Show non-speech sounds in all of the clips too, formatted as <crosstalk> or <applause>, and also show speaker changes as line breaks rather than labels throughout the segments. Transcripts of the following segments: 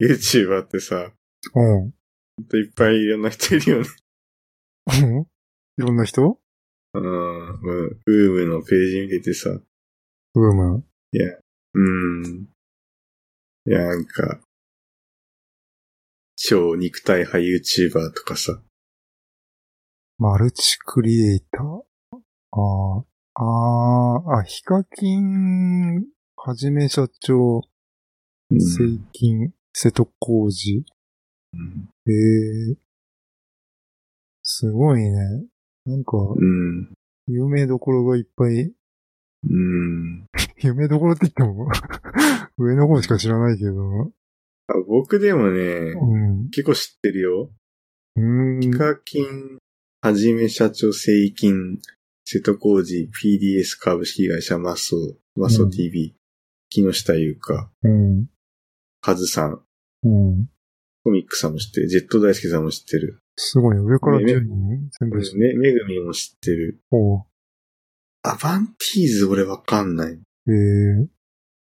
YouTuber ってさ、
うん。
ほんといっぱいいろんな人いるよね。
うんいろんな人
うん。うんウームのページ見ててさ、
ブーム。
うん。いや、なんか、超肉体派 YouTuber とかさ、
マルチクリエイター。ああ、ああ、あ、ヒカキン、はじめ社長、
うん
セイキン、瀬戸康二。
うん
ええすごいね。なんか、
うん。
有名どころがいっぱい、
うん。
有名どころって言っても、 <laughs> 上の方しか知らないけど、
あ僕でもね、
うん。
結構知ってるよ。
うーん。
ヒカキン、はじめ社長、セイキン、瀬戸康二、PDS 株式会社マスオ、マス
う
オ
ん
TV、木下優香、
うん。
カズさん、
うん。
コミックさんも知ってる、ジェット大輔さんも知ってる、
すごいね。上から
ね
10人全部知って
ね、めぐみも知ってる。
お
アバンティーズ俺わかんない。
ええ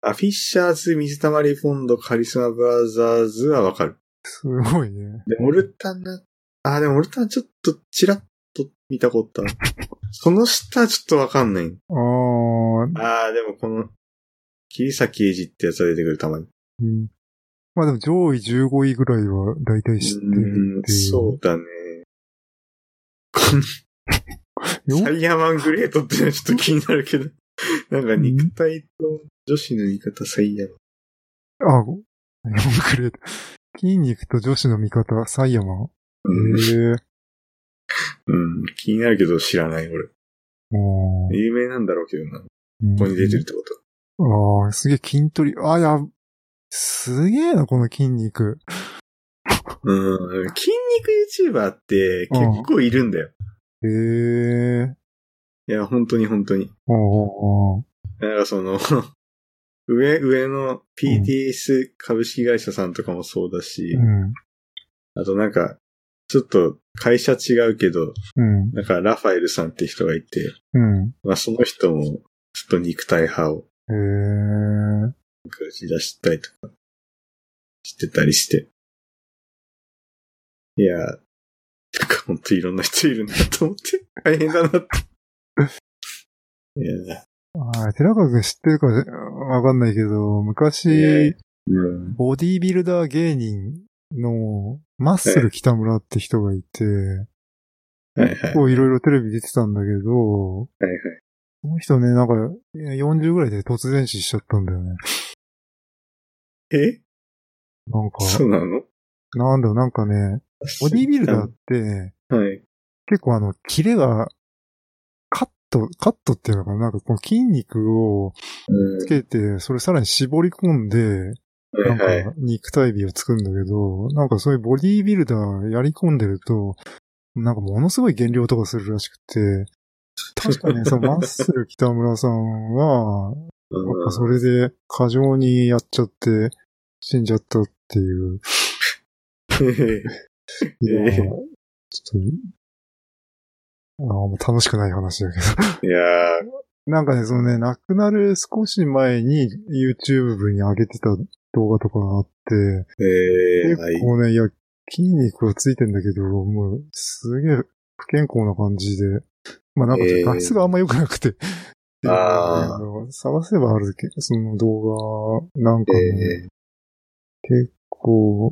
アフィッシャーズ、水溜りボンド、カリスマブラザーズはわかる。
すごいね。
で、モルタナ、あ、でもモルタナちょっとちらっと見たことあ
<laughs>
る。その下はちょっとわかんない。
ああ、
あー、でもこの、切り裂きエイジってやつが出てくるたまに。
うん。まあでも上位15位ぐらいは大体知ってる
う
っ
ん、
ていう。
そうだね。こん
よ
サイヤマングレートってのはちょっと気になるけど。
<laughs>
なんか肉体と女子の言い方サイヤマン。
あ、ごサイヤマングレート。筋肉と女子の味方、サイヤマン。
うん
ええ
うん、気になるけど知らない俺。
もう
有名なんだろうけどな。こ
うん
こに出てるってこと。
ああ、すげえ筋トレ、あいや、すげえな、この筋肉。
うん、筋肉 YouTuber って結構いるんだよ。
へえ。
いや、本当に本当に。
おお
なんかその、 <laughs> 上、上の PTS 株式会社さんとかもそうだし、
うん。
あとなんか、ちょっと会社違うけど、
うん。
なんかラファエルさんって人がいて、
うん。
まあその人も、ちょっと肉体派を
へえ。
打ち出したりとか、してたりして。いやー、なんかほんといろんな人いるなと思って、大変だなって。いやー
ああ、寺川くん知ってるかわかんないけど、
え
昔、
うん。
ボディービルダー芸人のマッスル北村って人がいて、
はいはい。はい
こういろいろテレビ出てたんだけど、
はい。
この人ね、なんか、40ぐらいで突然死しちゃったんだよね。
え
なんか、
そうなの
なんだろう、なんかね、ボディービルダーって、
はい。
結構あの、キレが、カット、カットっていうのかななんかこの筋肉を
う
つけて、それさらに絞り込んで、なん
ん。
か
はいはい。
肉体美を作るんだけど、なんかそういうボディービルダーやり込んでると、なんかものすごい減量とかするらしくて、確かね、そのマッスル北村さんは、やっぱそれで過剰にやっちゃって死んじゃったっていう。
うん
いやー
ええ
ちょっと、あーもう楽しくない話だけど。
<laughs>
<laughs>
いやー
なんかね、そのね、亡くなる少し前に YouTube に上げてた動画とかがあって、
えー、
結
はい。
構ね、いや、筋肉はついてんだけど、もう、すげえ不健康な感じで、まあなんかちょっと
えー
画質があんま良くなくて、
あー
<laughs> っていうのが探せばあるけど、その動画なんかね、
え
結構、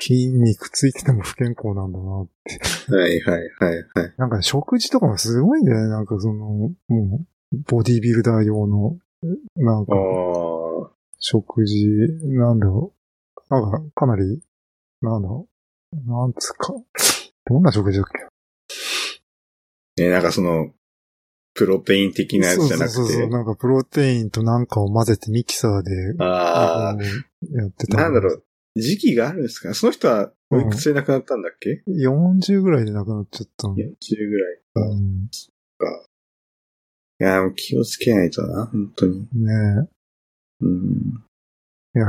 筋肉ついてても不健康なんだなって。
ー、はいはいはいはい。
なんかね、食事とかもすごいんだよね。なんかその、もう、ボディビルダー用の、なん
あ
か、食事、なんだろう。なんか、かなり、なんだろう。なんつうか、どんな食事だっ
ー。ね、なんかその、プロテイン的
け
なやつじゃな
そう
く
そうそうそう、
て。
なんかプロテインとなんかを混ぜてミキサーで、
ああ、
のやってた。
なんだろう。時期があるんですかその人は、おいくつで亡くなったんだっけ、
う。40ぐらいでなくなっちゃった
?40
の。
ぐらい。
うん、
いやー、もう気をつけないとな、本当に。
ね
うん。
え。いや、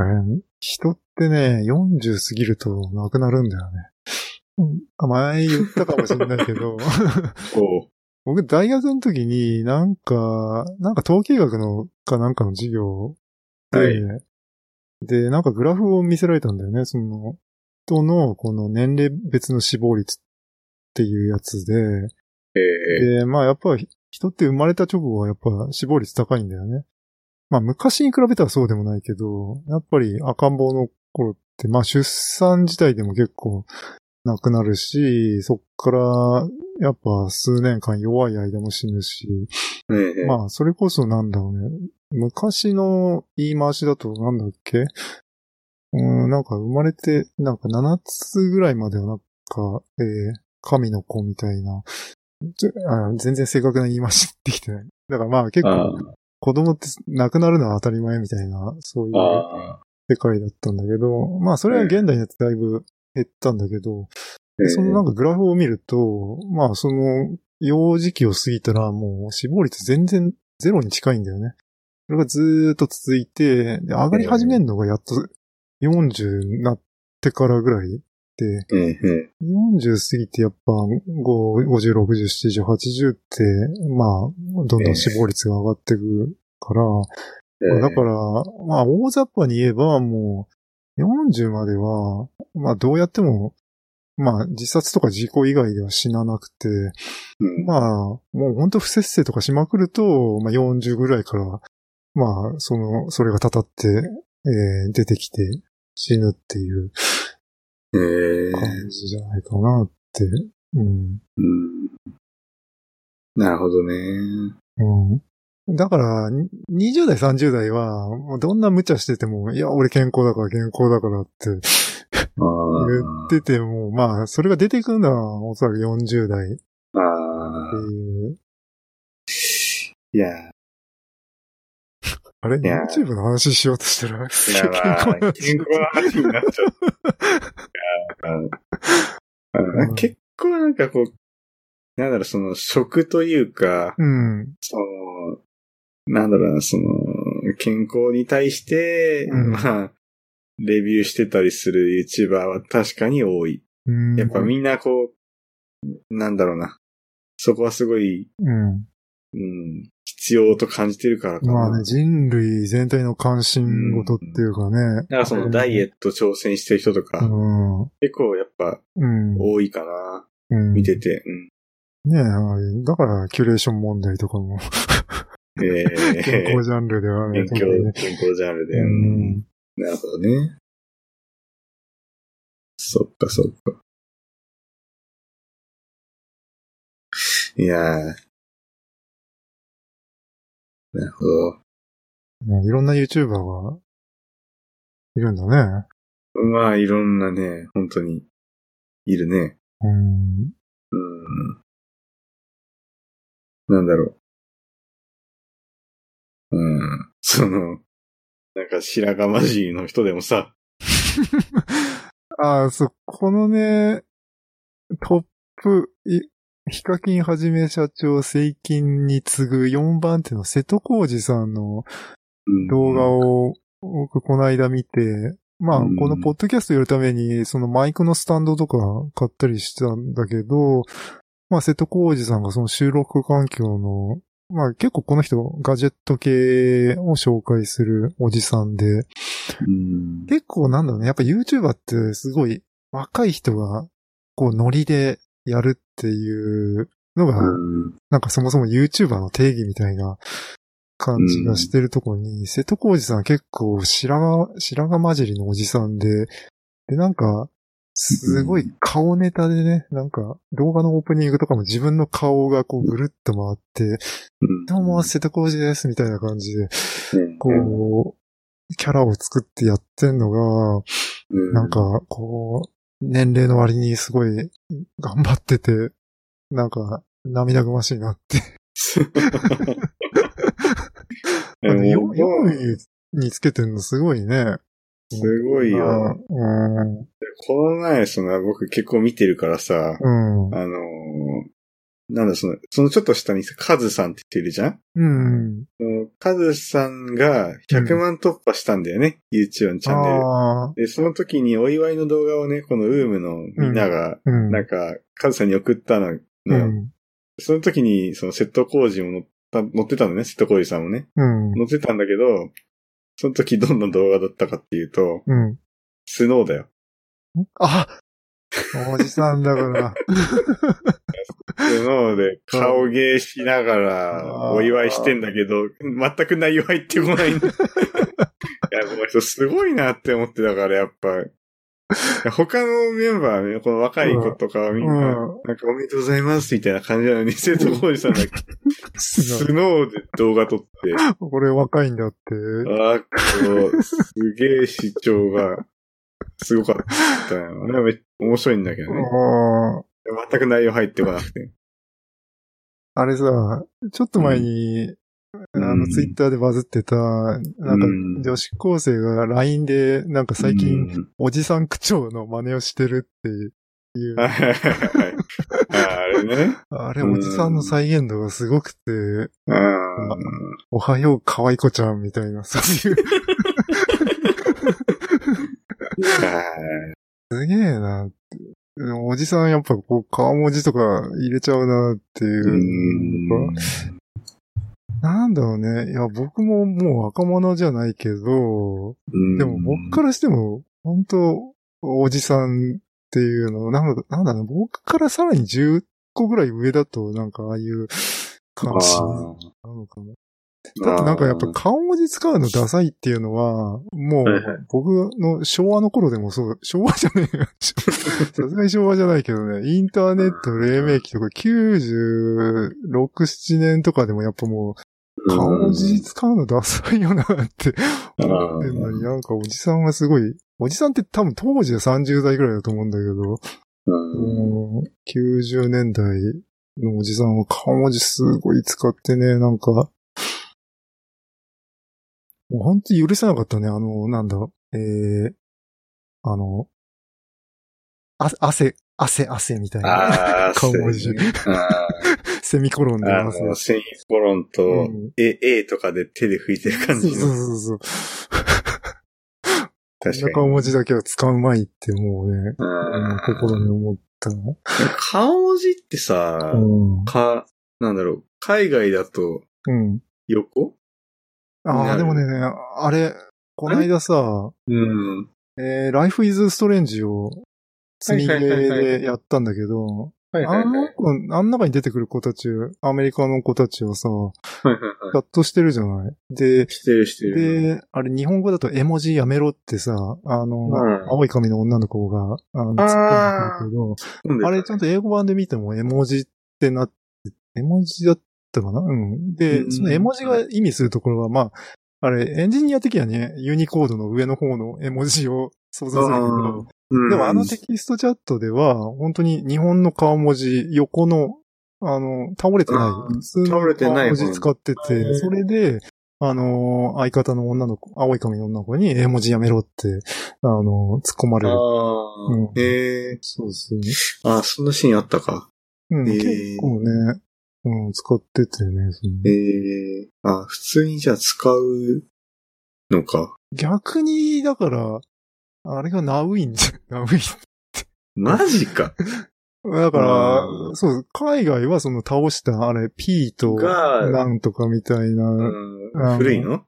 人ってね、40過ぎると亡くなるんだよね。うんあ前言ったかもしれないけ
お
ど、 <laughs>
う。
僕、大学の時に、なんか、なんか統計学のかなんかの授業で、
はい
で、なんかグラフを見せられたんだよね。その、人のこの年齢別の死亡率っていうやつで、
ええ
で、まあやっぱ人って生まれた直後はやっぱ死亡率高いんだよね。まあ昔に比べたらそうでもないけど、やっぱり赤ん坊の頃って、まあ出産自体でも結構亡くなるし、そっからやっぱ数年間弱い間も死ぬし、
ええ
まあそれこそなんだろうね。昔の言い回しだとなんだっけうん、なんか生まれて、なんか7つぐらいまではなんか、えー神の子みたいな、ちょあ全然正確な言い回しできてない。だからまあ結
あ
構子供って亡くなるのは当たり前みたいな、そうい
あ、
う
ああ、
世界だったんだけど、まあそれは現代のやつだいぶ減ったんだけど、
ええ
そのなんかグラフを見ると、まあその幼児期を過ぎたらもう死亡率全然ゼロに近いんだよね。それがずーっと続いて、で上がり始めるのがやっと40になってからぐらいで、
えええ
40過ぎてやっぱ5 50、60、70、80って、まあどんどん死亡率が上がってくから、
え
だから、まあ、大雑把に言えば、もう、40までは、まあ、どうやっても、まあ、自殺とか事故以外では死ななくて、
うん
まあ、もう本当不節制とかしまくると、まあ、40ぐらいから、まあ、その、それがたたって、えー出てきて死ぬっていう
ええ
感じじゃないかなって。うん。
うん。なるほどね。
うん。だから、に20代、30代は、もうどんな無茶してても、いや、俺健康だから、健康だからって、
ああ、
言ってても、まあ、それが出てくるのは、おそらく40代っ
あ
て
あ、
いう。
いや、
あれ
や
?YouTube の話しようとしたら、
いや、まあ、健康の話になっちゃった。いやうん
うん
結構なんかこう、なんだろう、その、食というか、
<laughs> うん。
その、なんだろうな、その、健康に対して、
うん
まあ、レビューしてたりする YouTuber は確かに多い。
うん。
やっぱみんなこう、なんだろうな。そこはすごい、
うん。
うん、必要と感じてるからかな。
まあね、人類全体の関心事っていうかね。
なんかそのダイエット挑戦してる人とか、
うん。
結構やっぱ
うん。
多いかな。
うん
見て。て。うん。
ねえ、はいだから、キュレーション問題と
<laughs>
かも、
えー、
健康ジャンルではね、
勉強
特にね、
健康ジャンルで。
う
うん
ん。
なるほどね。そっかそっか。いやー。なるほど。
ねいろんな YouTuber が、いるんだね。
まあ、いろんなね、本当に、いるね。
う
う
ん。
ん。なんだろう。うん。その、なんか白髪まじりの人でもさ、
ああ、そう、このね、トップ、いヒカキンはじめ社長、セイキンに次ぐ4番手の瀬戸康二さんの
うん
動画を、僕この間見て、まあ、
うん
このポッドキャストやるために、そのマイクのスタンドとか買ったりしたんだけど、まあ、瀬戸康二さんがその収録環境の、まあ結構この人ガジェット系を紹介するおじさんで、
うん。
結構なんだろうね、やっぱ YouTuber ってすごい若い人がこうノリでやるっていうのが、
うん
なんかそもそも YouTuber の定義みたいな感じがしてるとこに、瀬戸康史さん結構白髪、白髪混じりのおじさんで、でなんか、すごい顔ネタでね、なんか動画のオープニングとかも自分の顔がこうぐるっと回って、
うん
どうも、瀬戸康史ですみたいな感じで、
うん
こう、キャラを作ってやってんのが、
う
なん、か、こう、年齢の割にすごい頑張ってて、なんか、涙ぐましいなって。あの、
でも
4位につけてんのすごいね。
すごいよ。
うん。
この前、その、僕結構見てるからさ、
うん。
あのーなんだ、その、そのちょっと下にさ、カズさんって言ってるじゃん
うん。
そのカズさんが100万突破したんだよね、YouTube のチャンネル。
ああ。
で、その時にお祝いの動画をね、このウームのみんなが、
うん。
なんか、カズさんに送ったのよ。
うん。
その時に、その、セット工事も乗った、乗ってたのね、セット工事さんもね。
うん。
乗ってたんだけど、その時どんな動画だったかっていうと、
うん。
スノーだよ。
あおじさんだから。
スノーで顔芸しながら
あー
お祝いしてんだけど、全く内容入ってこ
<laughs>
ないんだ。いや、この人すごいなって思ってたから、やっぱ。いや他のメンバーね、この若い子とかは <laughs> みんな、
う
なんかおめでとうございますみたいな感じなのに、生徒工事さんだけ、スノーで動画撮
<laughs>
って、
ん。俺若いんだって。
あーこの、すげえ主張が、すごかったよ。あれはめっ面白いんだけどね。
あ
全く内容入ってこなくて。
あ。あれさ、ちょっと前に、
うん
あの、ツイッターでバズってた、なんか
うん、
女子高生が LINE で、なんか最近、
うん。
おじさん区長の真似をしてるっていう。
はいはいはいあれね。
あれ、
うん
おじさんの再現度がすごくて、
うん
おはよう、かわいこちゃんみた
<laughs>
いな、そういう。
はい
すげえなって。でもおじさんやっぱこう、顔文字とか入れちゃうなっていうう。
ん
なんだろうね。いや、僕ももう若者じゃないけど、でも僕からしても、本当おじさんっていうの、なんかなんだろうね、僕からさらに10個ぐらい上だと、なんかああいう感じ
あー
なのかな。だってなんかやっぱ顔文字使うのダサいっていうのは、も
はいは
う僕の昭和の頃でもそう、昭和じゃねえよ。さすがに昭和じゃないけどね、インターネット黎明期とか96、7年とかでもやっぱもう顔文字使うのダサいよなって思ってんのになんかおじさんはすごい、おじさんって多分当時は30代ぐらいだと思うんだけど、
うん
もう90年代のおじさんは顔文字すごい使ってね、なんか、もう本当に許せなかったね、あの、なんだ、えー、あの、あ汗、汗、汗みたいな。
あー
顔文字
そうねあ
セミコロン
ー
で
あ
汗。
の、セミコロンと
うん
A、A とかで手で拭いてる感
そう
じ
そ
の。
うそうそう。
確
こんな
か
顔
に。
文字だけは使うまいってもうね、
うん
心に思った。
顔文字ってさ
う、ん。
か、なんだろう、海外だと
うん。
横
ああ、でもね、あれ、こないださ、
うん。
えー、Life is Strange を積みゲ
はいはいはいは
ー
い
でやったんだけど、
はい
あの子、あん中に出てくる子たち、アメリカの子たちはさ、
はいはい
チャットしてるじゃないで、
してるしてる。
で、あれ日本語だと絵文字やめろってさ、あの、
うん
青い髪の女の子が、あの、突っ込んでくる
今
け
度
ど、あれちゃんと英語版で見ても絵文字ってなって、絵文字だったかなうん。で、
うん
その絵文字が意味するところは、まあ、あれ、エンジニア的にはね、ユニコードの上の方の絵文字を想像するけ
あ
ど
ー、うん
でもあのテキストチャットでは、本当に日本の顔文字、横の、あの、倒れてな
あー
い、普通の
倒れて
顔
ない
文字使っ
う
て
ん
て、それで、あのー、相方の女の子、青い髪の女の子に絵文字やめろって、あのー、突っ込まれる。
ああ、
うん
へえ。
そうですね。
ああ、そんなシーンあったか。
うん、
えー
結構ね、うん、使っててね、その
ええ。あ、普通にじゃあ使うのか。
逆に、だから、あれがナウインじ <laughs> ゃ、ナウイン
マジか。
だか
う
ら、そう、海外はその倒した、あれ、P と、
が
なんとかみたいな、
うん
あの
古いの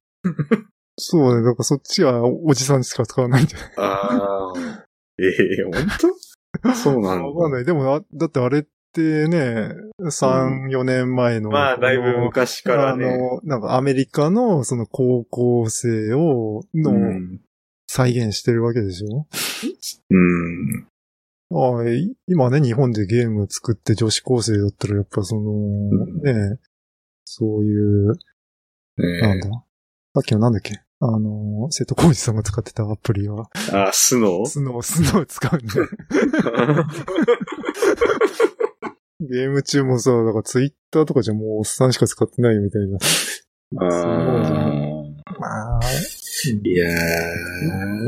そうだね。だからそっちはおおじさんしか使わないんじゃない
ああ。ええ、本当そうなんだ。
わかんない。でもな、だってあれってね、3、4年前の。
まあ、だいぶ昔から
あ
ね。
の、なんかアメリカのその高校生を、
う
の
ん
再現してるわけでしょ、
うん。
ああい今ね、日本でゲーム作って女子高生だったらやっぱその、
ん
ね、そういう、な
ね
んだ。さっきのなんだっけあの、瀬戸康史さんが使ってたアプリは、
えあ、スノ
<laughs> スノー、スノー使うんだよ
ー
ゲーム中もさ、だからツイッターとかじゃもうおっさんしか使ってないみたいな。
あ
まあ、
ーいや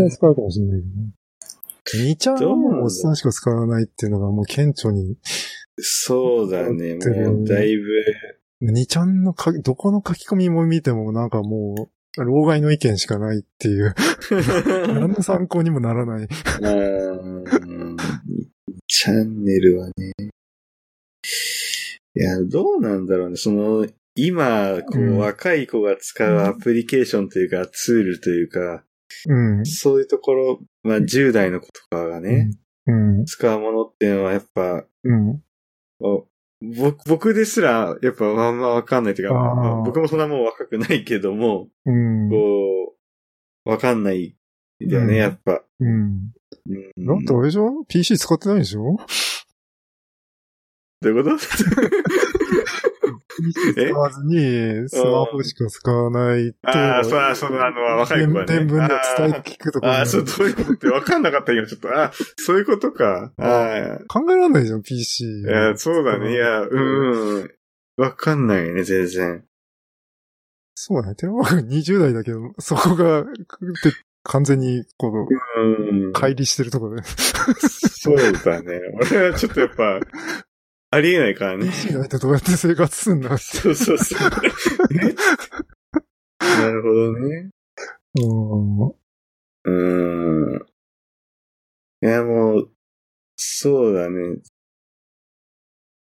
お
ー
っさん使うかもしれないけどね。2ちゃんはもうおっさんしか使わないっていうのがもう顕著に、
そうだね、もうだい
<laughs>
ぶ、
2ちゃんのか、どこの書き込みも見てもなんかもう、老害の意見しかないっていう、何の参考にもならない。
うーんチャンネルはね。いや、どうなんだろうね。その、今、こ
うん
う、若い子が使うアプリケーションというか、ツールというか、
うん。
そういうところ、まあ、10代の子とかがね、
うん。
使うものっていうのは、やっぱ、
うん。
お僕僕ですら、やっぱ、あんまわかんないというか、
あー
まあ僕もそんなもん若くないけども、
うん。
こう、わかんないんだよ
うん
ね、やっぱ。
うん。
うん
だってあれでしょ ?PC 使ってないでしょ
どういうこと
?PC 使わずに、スマホしか使わないと。
ああ、そう、あそう、あの、若い子はね。
伝文で伝え
あー
て聞くと
あ
か
あ、。そう、どういうことって分かんなかった今、ちょっと。あそういうことか。あ
考えられないじゃん、PC。
あ、いや、そうだね。いや、うん。分かんないよね、全然。
そうね。テラワーク20代だけど、そこが、で完全に、この、
うん。
乖離してるところで。
そうだね。俺はちょっとやっぱ、ありえないからね。
PC ないとどうやって生活すんだって。
そうそうそう。ねなるほどね。
うん。
うん。いや、もう、そうだね。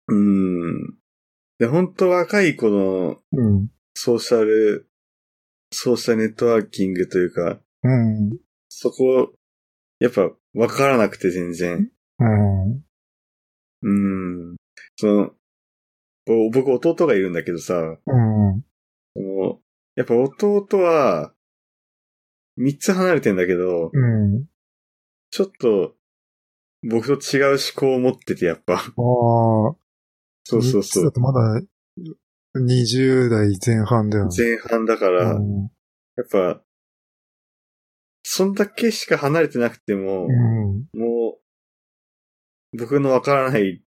うん。で、本当若い子の
うん。
ソーシャル、ソーシャルネットワーキングというか、
うん。
そこ、やっぱ分からなくて全然。
うん。
うん。その、お僕弟がいるんだけどさ、
うん。
そのやっぱ弟は、三つ離れてんだけど、
うん。
ちょっと、僕と違う思考を持ってて、やっぱ。 <laughs>
ああ。
そうそうそ
だ
う。
とまだ、20代前半だよね。
前半だから、や
うん
っぱ、そんだけしか離れてなくても、
うん。
もう、僕のわからない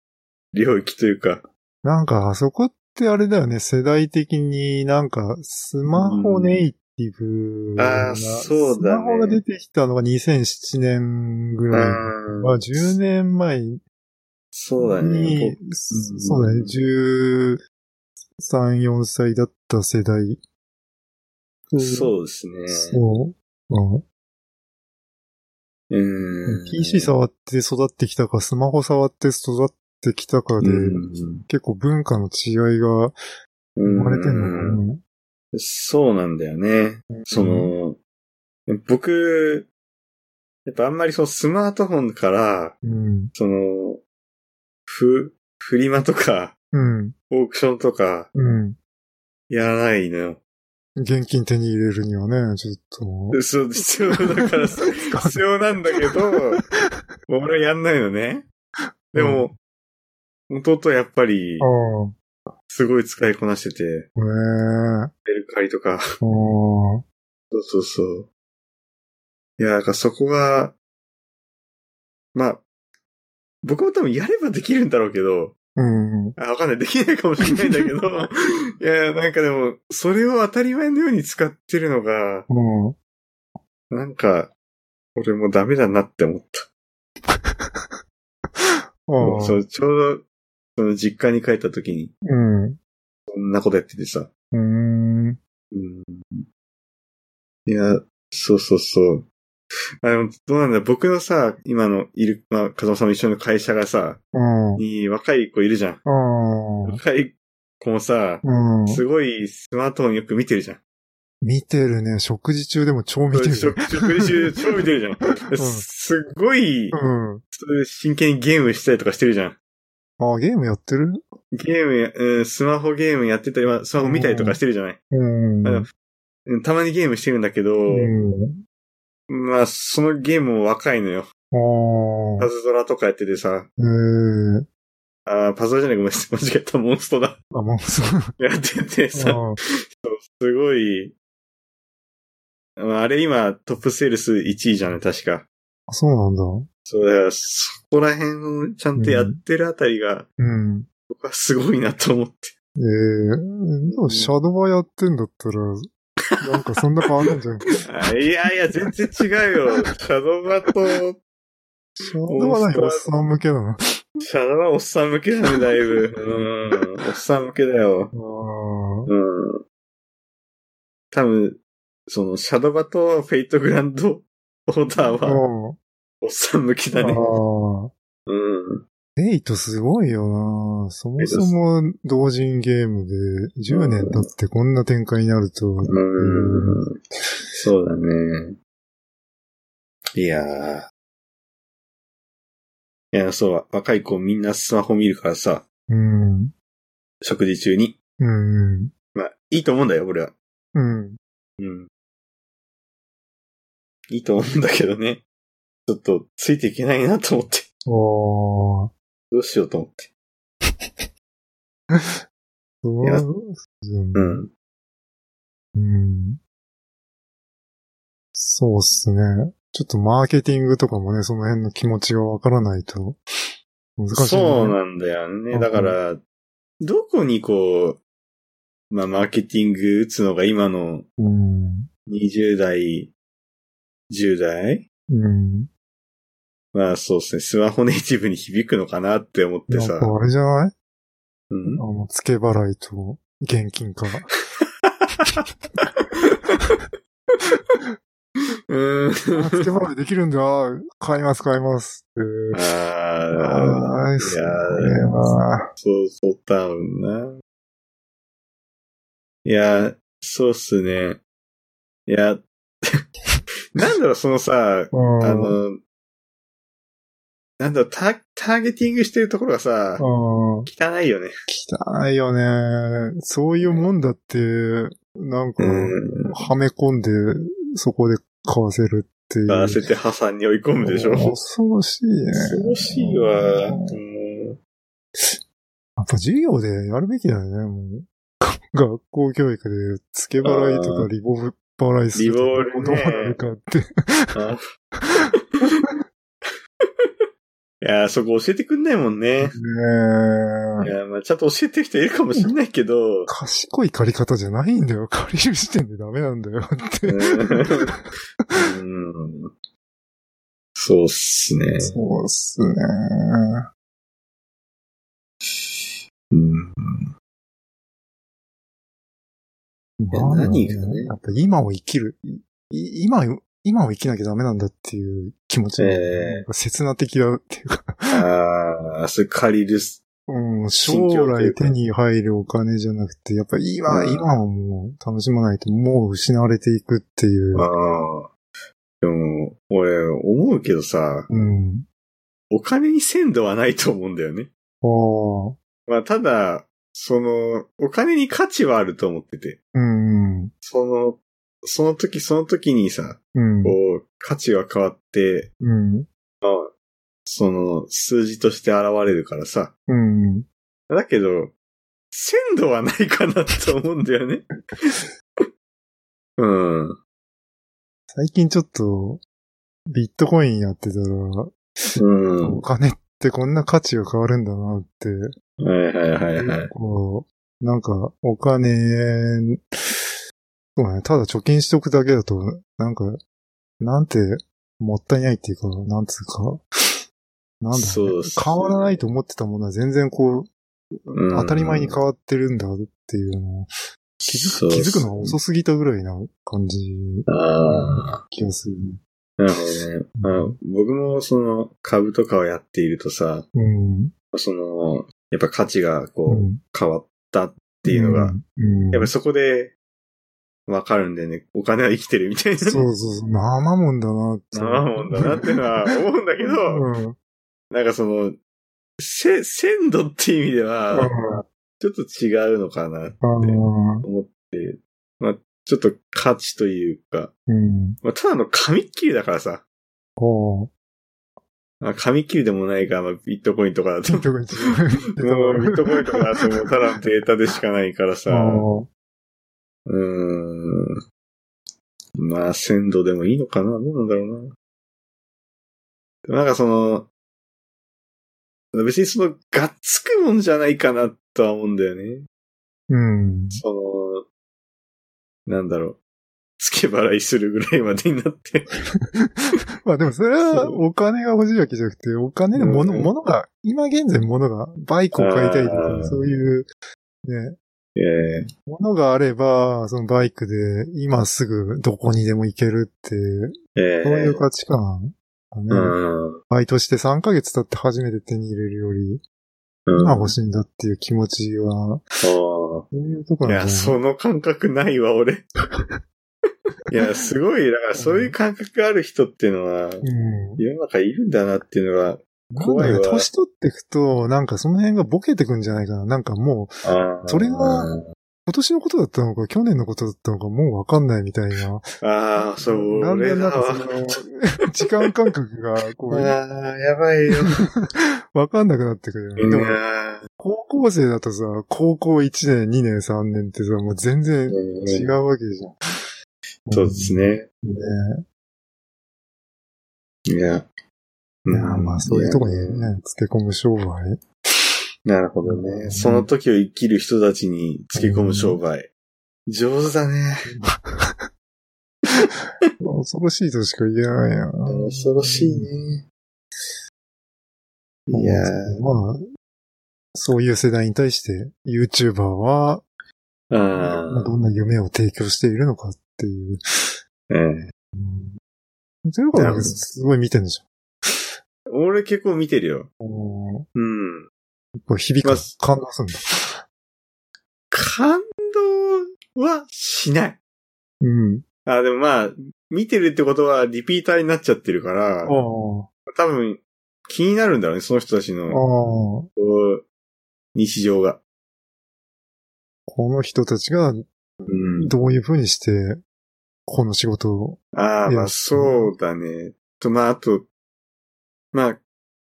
領域というか、
なんか、あそこってあれだよね、世代的になんか、スマホネイティブ
うんあーそうだね
スマホが出てきたのが2007年ぐらい。まあ、10年前に、
そうだね。
そそうだね、13、4歳だった世代。
僕そうですね。
そう。うん
うん。
PC 触って育ってきたか、スマホ触って育ってきたかで、
うん
結構文化の違いが
生
生まれてんのかな。
そうなんだよね。その、僕、やっぱあんまりそのスマートフォンから、
うん。
その、ふ、フリマとか、
うん。
オークションとか、
うん。
やらないのよ。
現金手に入れるにはね、ちょっと。
そう、必要だ
<laughs>
から、必要なんだけど、俺はやんないのね。でも、弟はやっぱり
あ、あ、
すごい使いこなしてて、
ええ
メルカリとか。
ああ、
そうそうそう。いや、なんかそこが、まあ、僕も多分やればできるんだろうけど、
うん。
あ、わかんない。できないかもしれないんだけど、いや、なんかでも、それを当たり前のように使ってるのが、
うん。
なんか、俺もうダメだなって思った。
ああ、
そうちょうど、その実家に帰った時に、
うん。
そんなことやっててさ。
うん。
うん。いや、そうそうそう。あ、でも、どうなんだ僕のさ、今のいる、まあ、風間さんも一緒の会社がさ、
うん。
に若い子いるじゃん。
あ
若い子もさ、
あ。うん。
すごいスマートフォンよく見てるじゃん。
見てるね。食事中でも超見てる。
食食事中超見てるじゃ
<laughs>
ん。すっごい、
うん。
真剣にゲームしたりとかしてるじゃん。
ああ、ゲームやってる
ゲームや、うんスマホゲームやってたり、まあスマホ見たりとかしてるじゃない。
うん。
あのうんたまにゲームしてるんだけど、
うん。
まあ、そのゲームも若いのよ。
あ
パ
あ。
ズドラとかやっててさ、
ええ
あーパズドラじゃないごめん、間違えた、モンストだ。
あ、もう <laughs> そう。
<laughs> やっててさ、
ああ
すごい、まああれ今、トップセールス1位じゃない、確か。
そうなんだ。
そう、だから、そこら辺をちゃんとやってるあたりが、
うん。
僕はすごいなと思って。
ええでもシャドバやってんだったら、なんかそんな変わんないん <laughs> じゃない
あいやいや、全然違うよ。シャドバと、
シャドバはないおっさん向けだな。
シャドバおっさん向けだね、だいぶ。うん。おっさん向けだよ。
ああ。
うん。多分、その、シャドバとフェイトグランドオーダーは、
うん
おっさん向けだね。
ああ。
うん。
ネイトすごいよなそもそも同人ゲームで10年経ってこんな展開になると。
うん。そうだね。いやー。いや、そう、若い子みんなスマホ見るからさ、
うん。
食事中に。
うん。
まあ、いいと思うんだよ、俺は。
うん。
うん。いいと思うんだけどね。ちょっと、ついていけないなと思って。
おー。
どうしようと思って。
そう
いや
うん
うん。
うんそうっすね。ちょっとマーケティングとかもね、その辺の気持ちがわからないと難しい、ね。
そうなんだよね。だから、どこにこう、まあ、マーケティング打つのが今の
うん。
20代、10代
うん。
まあそうですね、スマホネイティブに響くのかなって思って
やっ
さ。
ぱあれじゃない
うん
あ、の、付け払いと現金
<laughs>
化。
う
あ付け
ーん。
払いできるんだ。買います、買います。
あ
あ
あ、
あー、それは。
そう、そう多分な。いや、そうっすね。いや、 <laughs> なんだろう、そのさ、
うん
あの、なんだろう、タ、ターゲティングしてるところがさ、
うん
汚いよね。
汚いよね。そういうもんだって、なんか、
うん。
はめ込んで、そこで買わせるっていう。
合わせて破産に追い込むでしょ。
恐ろしいね。
恐ろしいわ。
う
うんん
やっぱ授業でやるべきだよね、もう。 <laughs> 学校教育で、付け払いと
あ
かリボル払いすると
リボルね
どうなるかって。
あいや、そこ教えてくんないもんね。い
ねえ。
や、まあちゃんと教えてる人いるかもしんないけど、
賢い借り方じゃないんだよ。借りる時点でダメなんだよって。
うんそうっすね。
そうっすね。
うんや
なんだろう
何がね
やっぱ今を生きる。いい今を、今を生きなきゃダメなんだっていう気持ちが、
ええ
なんか切な的だっていうか。
ああ、それ借りるっす。
うん、
心境
将
という
来
か
手に入るお金じゃなくて、やっぱり今、
うん
今はもう楽しまないともう失われていくっていう
あ。あ。でも、俺、思うけどさ、
うん。
お金に鮮度はないと思うんだよね。
ああ。
まあ、ただ、その、お金に価値はあると思ってて、
うん。うん。
その、その時その時にさ、
うん
こ。う、価値は変わって、
うん。
その、数字として現れるからさ、
うん。
だけど、鮮度はないかなと思うんだよね。 <laughs> うん。
最近ちょっと、ビットコインやってたら、
うん
お。金ってこんな価値が変わるんだなって、
はいはいはいはい。
こう、なんか、お金、そうね、ただ貯金しておくだけだと、なんか、なんて、もったいないっていうか、なんつうか、なんだろ
そううっ
ね
すね
変わらないと思ってたものは全然こ
う
う、
ん
当たり前に変わってるんだっていうのを、気づ
そう
く気づくのが遅すぎたぐらいな感じ、
ああ。
気がするね。
なるほどね。まあ、僕もその株とかをやっているとさ、
うん。
その、やっぱ価値が
う
こう、
ん。っ
変わったっていうのが、
うん。
やっぱそこで、わかるんだよね。お金は生きてるみたいな。
そうそうそう、生もんだなって。
生もんだなってのは思うんだけど、
うん。
なんかその、せ、鮮度っていう意味では、ちょっと違うのかなと
うん。
思って、まあ、ちょっと価値というか、
うん。
まあ、ただの紙っきりだからさ、
おう。
まあ、紙っきりでもないから、まあ、ビットコインとかだと、
ビ
も
ットコインとか。
うビットコインとかだともうただのデータでしかないからさ、う
あ
ーん。まあ、鮮度でもいいのかなどうなんだろうな。なんかその、別にその、がっつくもんじゃないかなとは思うんだよね。
ーうん。
その、なんだろう。付け払いするぐらいまでになって。
まあでもそれはお金が欲しいわけじゃなくて、お金で物、
うん
物が、今現在物が、バイクを買いたいと
あー
か、そういう、ね、
え
物があれば、そのバイクで今すぐどこにでも行けるって、
えええ
そういう価値観。あかね。
うん。
バイトして3ヶ月経って初めて手に入れるより、
うん。
今
あ
欲しいんだっていう気持ちは、
あ。
そういうとこ
い
なん
や、
じゃない
その感覚ないわ、俺。
<laughs>
いや、すごい、だからそういう感覚がある人っていうのは、
うん。
世の中いるんだなっていうのが、怖いわ
なんだね年取ってくと、なんかその辺がボケてくんじゃないかな。なんかもう、
あー
それは、今年のことだったのか、去年のことだったのか、もうわかんないみたいな。
ああ、そう、
だんだ
俺
ん
だ
なんか
わ
そ。の、時間感覚が、こ
あ
う、
あ、やばいよ。
わかんなくなってくるよね。
い
で
や
も、高校生だとさ、高校1年、2年、3年ってさ、もう全然違
ー
うわけじゃん。
そうですね。
ね。
いや。
いやまあ、そういうとこに
いや
ね、つけ込む商売。
なるほどね。その時を生きる人たちにつけ込む商売。上手だね。
恐ろしいとしか言えないな。
恐ろしいね。いや
まあ、そういう世代に対して、YouTuber は、
ー。ああ。
どんな夢を提供しているのかっていう。
え
ということ
なるほど
は、すごい見てるんでし
え俺結構見てるよ。
ょ。
うん。
やっぱ響
ま
か
あ
す、感動するんだ。
感動はしない。
うん。
あ、でもまあ、見てるってことはリピーターになっちゃってるから、
あ
多分気になるんだろうね、その人たち
あ、ああ、
の
こ
こう日常が。
の人たちが
うん。
どういう風にして、この仕事を、
ああ、
いや
まあそうだね。と、まああと、まあ、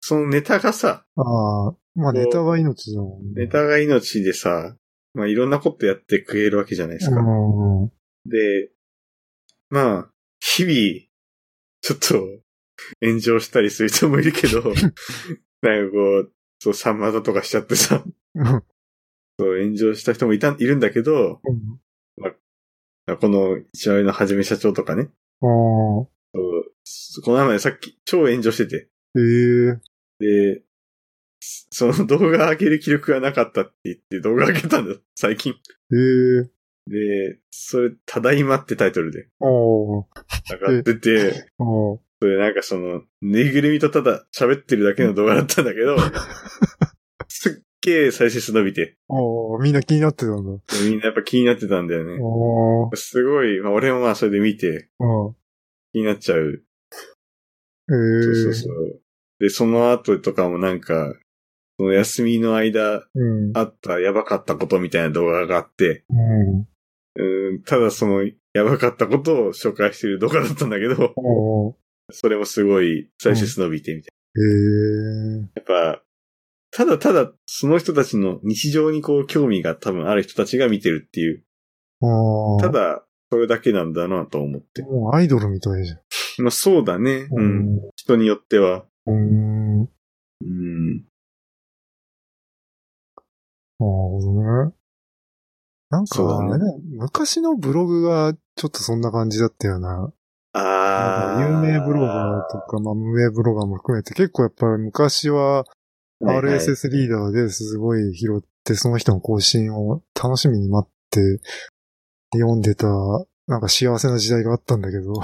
そのネタがさ、
ああ、まあ
こう
ネタは命だもんね。
ネタが命でさ、まあいろんなことやってくれるわけじゃないですか。
うん。
で、まあ、日々、ちょっと、炎上したりする人もいるけ
<laughs>
ど、なんかこう、そう、サンマだとかしちゃってさ、
うん
そう、炎上した人もいた、いるんだけど、この一番上のはじめ社長とかね、
ああ、
そうこの前さっき超炎上してて、
ええ
で、その動画上げる気力がなかったって言って動画上げたんだ、最近。
ええ
で、それ、ただいまってタイトルで
ああ、
上がってて、
ああ、
それなんかその、ぬいぐるみとただ喋ってるだけの動画だったんだけど、すっげえ再生数伸びて、
ああ、みんな気になってたんだ。
みんなやっぱ気になってたんだよ
あ
ね。
あ、
すごい、まあ俺もまあそれで見て
ああ、
気になっちゃう。
ええ
そうそうそう。で、その後とかもなんか、その休みの間
うん。
あったやばかったことみたいな動画があって、
うん。
うんただそのやばかったことを紹介してる動画だったんだけど、 <laughs>
ああ、
それもすごい再生数伸びてみたいな。
ええ
やっぱ、ただただその人たちの日常にこう興味が多分ある人たちが見てるっていう、
ああ。
ただそれだけなんだなと思って。
もうアイドルみたいじゃん。
まあそうだね。うん。。人によっては。
うん。
うん。
なるほどね。なんか、
そうだ
ね、昔のブログがちょっとそんな感じだったよな。
ああ。
有名ブロガーとか、まあ無名ブロガーも含めて結構やっぱり昔は
はいはい
RSS リーダーですごい拾って、その人の更新を楽しみに待って読んでた、なんか幸せな時代があったんだけど、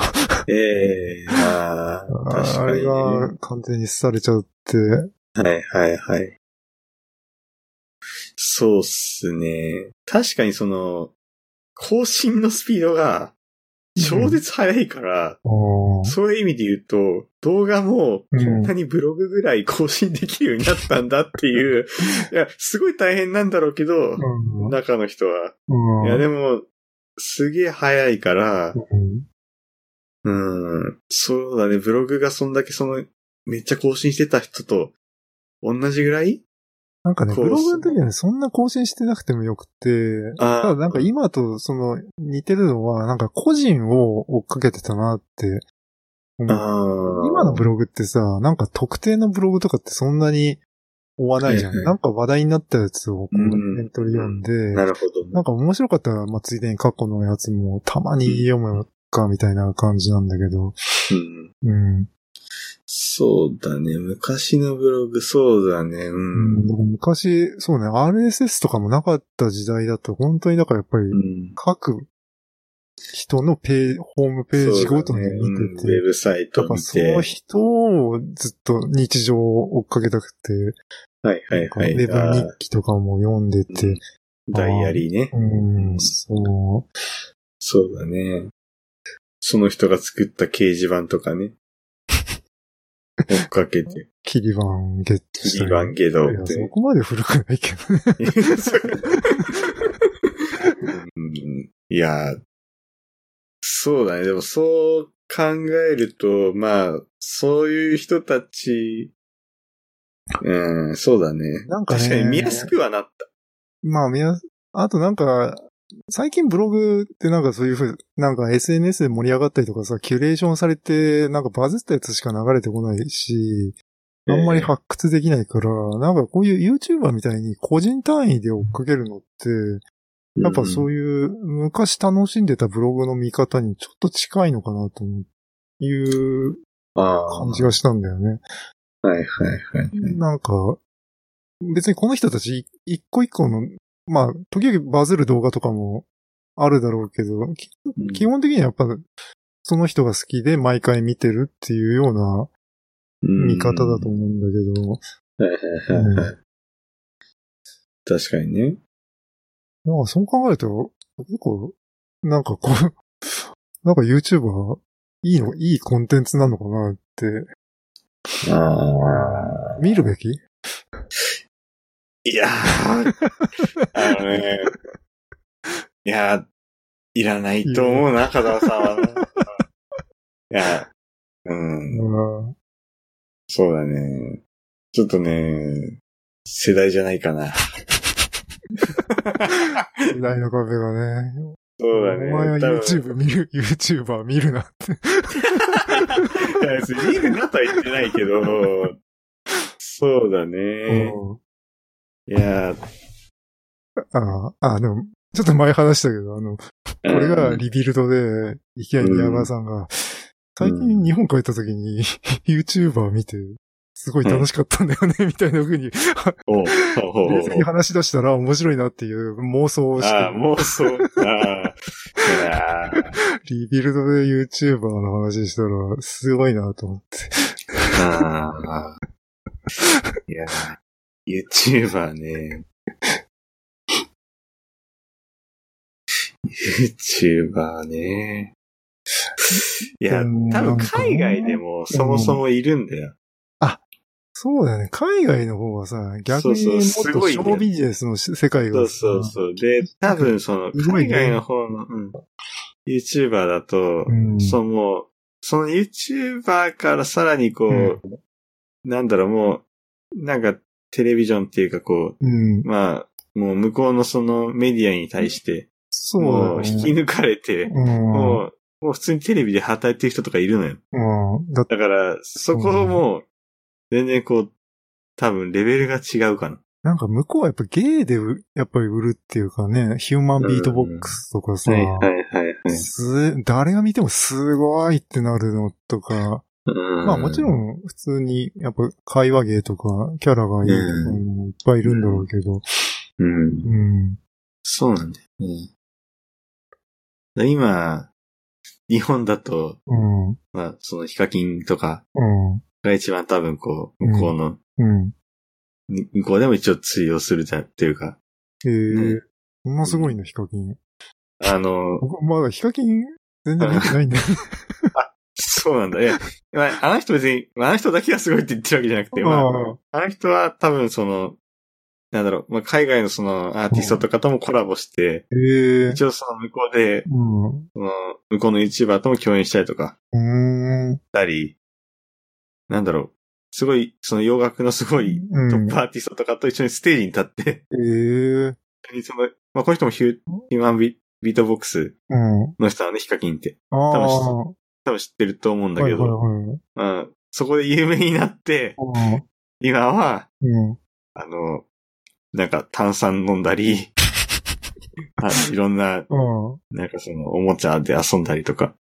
ええああ。確
あ
かに
れ
ね。
が完全に廃れちゃって、
はいはいはい。そうっすね。確かにその、更新のスピードが超絶速いから、
あー
そういう意味で言うと、動画もこんなにブログぐらい更新できるようになったんだって
<laughs>
いう、いや、すごい大変なんだろうけど、
うん
中の人は。
うん
いや、でも、すげえ早いから、
うん
うん。そうだね。ブログがそんだけその、めっちゃ更新してた人と、同じぐらい
なんかね、
こう
ブログの時はね、そんな更新してなくてもよくて、
あー
ただなんか今とその似てるのは、なんか個人を追っかけてたなって思う。今
今
のブログってさ、なんか特定のブログとかってそんなに追わないじゃ
はいは
ん。
い
なんか話題になったやつをこう、
うん
エントリー読んで、
なるほどね。
なんか面白かったら、まあ、ついでに過去のやつもたまに読むか、みたいな感じなんだけど。
うん
うん。
そうだね。昔のブログ、そうだね。う
うんん、。昔、そうね、RSS とかもなかった時代だと、本当にだからやっぱり
うん。
各人のページ、ホームページごとに見て
そうだねうんウェ
て、
ブサイ
や
ト
っ
見
ぱ
て。
その人をずっと日常を追っかけたくて、
はいはいはい。
ウェ
あ
ブ
ー
日記とかも読んでて、
ダイアリーね。
うん、そ
そうだね。その人が作った掲示板とか
<laughs>
ね。追っかけて
う、、キリバンゲットした
2
り
番ゲド
い
っ
や、そ
て。
こまで古くないけどね。 <laughs>
うんいや、そうだね。でもそう考えると、まあ、そういう人たち、うん、そうだね。
なんかね
確かに見やすくはなった。
まあ、みや、あとなんか、最近ブログってなんかそういうふう、なんか SNS で盛り上がったりとかさ、キュレーションされて、なんかバズったやつしか流れてこないし、あんまり発掘できないから、なんかこういう YouTuber みたいに個人単位で追っかけるのって、やっぱそういう昔楽しんでたブログの見方にちょっと近いのかなと思う、いう
うんああ。
感じがしたんだよね。
はいはいはいはい。
なんか、別にこの人たちい一個一個の、まあ、時々バズる動画とかもあるだろうけど、き基本的にはやっぱ、その人が好きで毎回見てるっていうような
うん
見方だと思うんだけど、
はいはいはいはい。確かにね。
なんかそう考えると、結構、なんかこう、 <laughs> なんか YouTuber、いいの、いいコンテンツなのかなって、
ああ。
見るべき
いやー、
<laughs>
あのね、いやー、いらないと思うな、風間さん
<laughs>
は。いや、うん、
うん
そうだね。ちょっとね、世代じゃないかな。
時代の壁がね。
そうだね。
お前は
多分
YouTube 見る、YouTuber 見るなって。
いや別にいるなとは言ってないけど、そうだね。
うん
いやー、
ああ、あでも、ちょっと前話したけど、あの、これが
うん
リビルドで、イケアニヤバーさんが、最近日本帰った時に、YouTuber 見て、すごい楽しかったんだよね、みたいな風に、
おうおうおう
冷静に話し出したら面白いなっていう妄想をし
ああ、
て、
もうそう。ああ。いやー
リビルドで YouTuber の話したら、すごいなと思って。
ああ。いやー、YouTuber ね。YouTuber ね。いや、
うん
多分海外でもそもそもいるんだよ。
そうだよね。海外の方はさ、逆にもっとシ
そうそうすごい
ョ
ね
ービジネスの世界
そ
が
う
さ、
そうそう。で、多分その
すごい
海
ね
外の方の、うん、YouTuber だと、
うん
その、その YouTuber からさらにこう、
うん
なんだろう、もう、なんかテレビジョンっていうかこ
うん
う、。まあ、もう向こうのそのメディアに対して、
そうだ
も
よ
う
ね。
引き抜かれて、
うん。
もう、もう普通にテレビで働いてる人とかいるのよ。
うん。だって
だから、そこをもう、全然こう、多分レベルが違うかな。
なんか向こうはやっぱゲイでうやっぱり売るっていうかね、ヒューマンビートボックスとかさ、
いはいは
す誰が見てもすごいってなるのとか、まあもちろ
ん。
ん普通にやっぱ会話芸とかキャラがいいとかもいっぱいいるんだろうけど、
うん
う。ん。
そうなんだよね。で今、日本だと、
うん。
まあ、そのヒカキンとか
うん。
が一番多分こう、向こうの、
うん。
に向こうでも一応通用するだっていうか、
えー
ね、
そんなすごいのヒカキン。
あの、
僕まだヒカキン全然見てないんだよ。
そうなんだ。いや、まああの人別に、まああの人だけがすごいって言ってるわけじゃなくて、まあ、
あ
あの人は多分その、なんだろう、まあ、海外のそのアーティストとかともコラボして、
ーえー
一応その向こうで、
うん。う
その、向こうの YouTuber とも共演したりとか、
ーん。
たり、なんだろう、すごい、その洋楽のすごいト
うん
ップアーティストとかと一緒にステージに立って、
えー。
そのまあ、この人もヒューヒューマンビビートボックス
うん。
の人はね、ヒカキンって、
ああ。
多多分知ってると思うんだけど、
はいはいはい。
うんそこで有名になって、
うん
今は、
うん。
あの、なんか炭酸飲んだ <laughs> り、あいろんな、
うん。うん。
なんかその、おもちゃで遊んだりとか、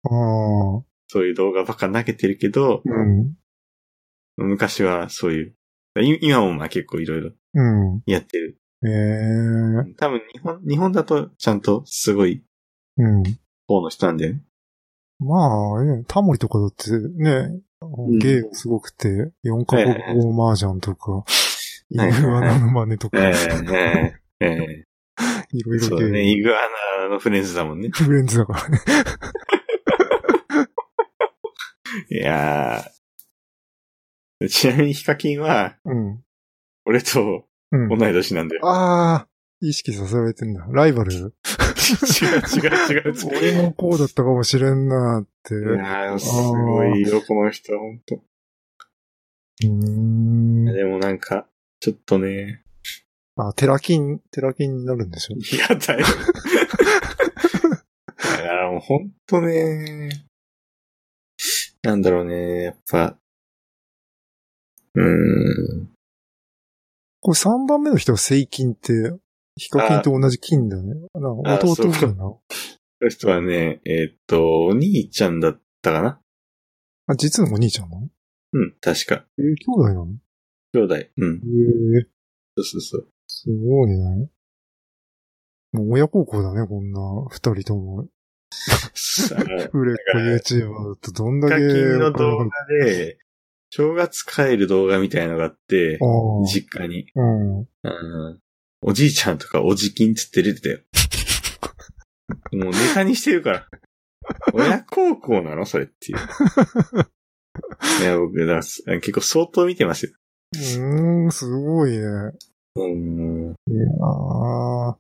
そういう動画ばっか投げてるけど、
うん。
昔はそういう、い今もまあ結構いろいろ
うん。
やってる。
ええ
多分日本、日本だとちゃんとすごい
うん。
方の人なんだよね。
まあ、ね、タモリとかだってね、
ん
芸がすごくて、4カ国語麻雀とか、イ
はいはいはい
グアナの真似とか、
え <laughs> え、え
いろ
え。
い
そ
ろ
うだね。
芸、
イグアナのフレンズだもんね。
フレンズだからね。
いやー。ちなみにヒカキンは、
うん。
俺と
う
同い
ん。
年なんだ <laughs> よ。
ああ、意識させられてんだ。ライバル。
違う違う違う違う。
俺もこうだったかもしれんなーって。
いやー、すごいよ、この人、ほんと。
うーん。
でもなんか、ちょっとね、
あ、テラキン、テラキンになるんでしょ
嫌だよ。だからもうほんとね、なんだろうね、やっぱ、うーん、
これ3番目の人は聖金って、ヒカキンと同じ金だね。なんか
あ
弟
そうか
分な。
その人はね、えーっと、お兄ちゃんだったかな
あ、実のお兄ちゃんなの
うん、確か。
えー、兄弟なの
兄弟。うん。
ええ
そうそうそう。
すごいね。もう親孝行だね、こんな二人とも。
さあ、
売れっ子 YouTuber だってどんだ
ヒ
け。
カキンの動
あ
画で、正月帰る動画みたいのがあって、
あ。
実家に。
うん。
うんおじいちゃんとかおじきんつって出てたよ。 <laughs> もうネタにしてるから。親孝行なのそれ <laughs> っていう。いや、僕だ、す結構相当見てますよ。
うーん、すごいね。いや
うん。
ー。わ
あ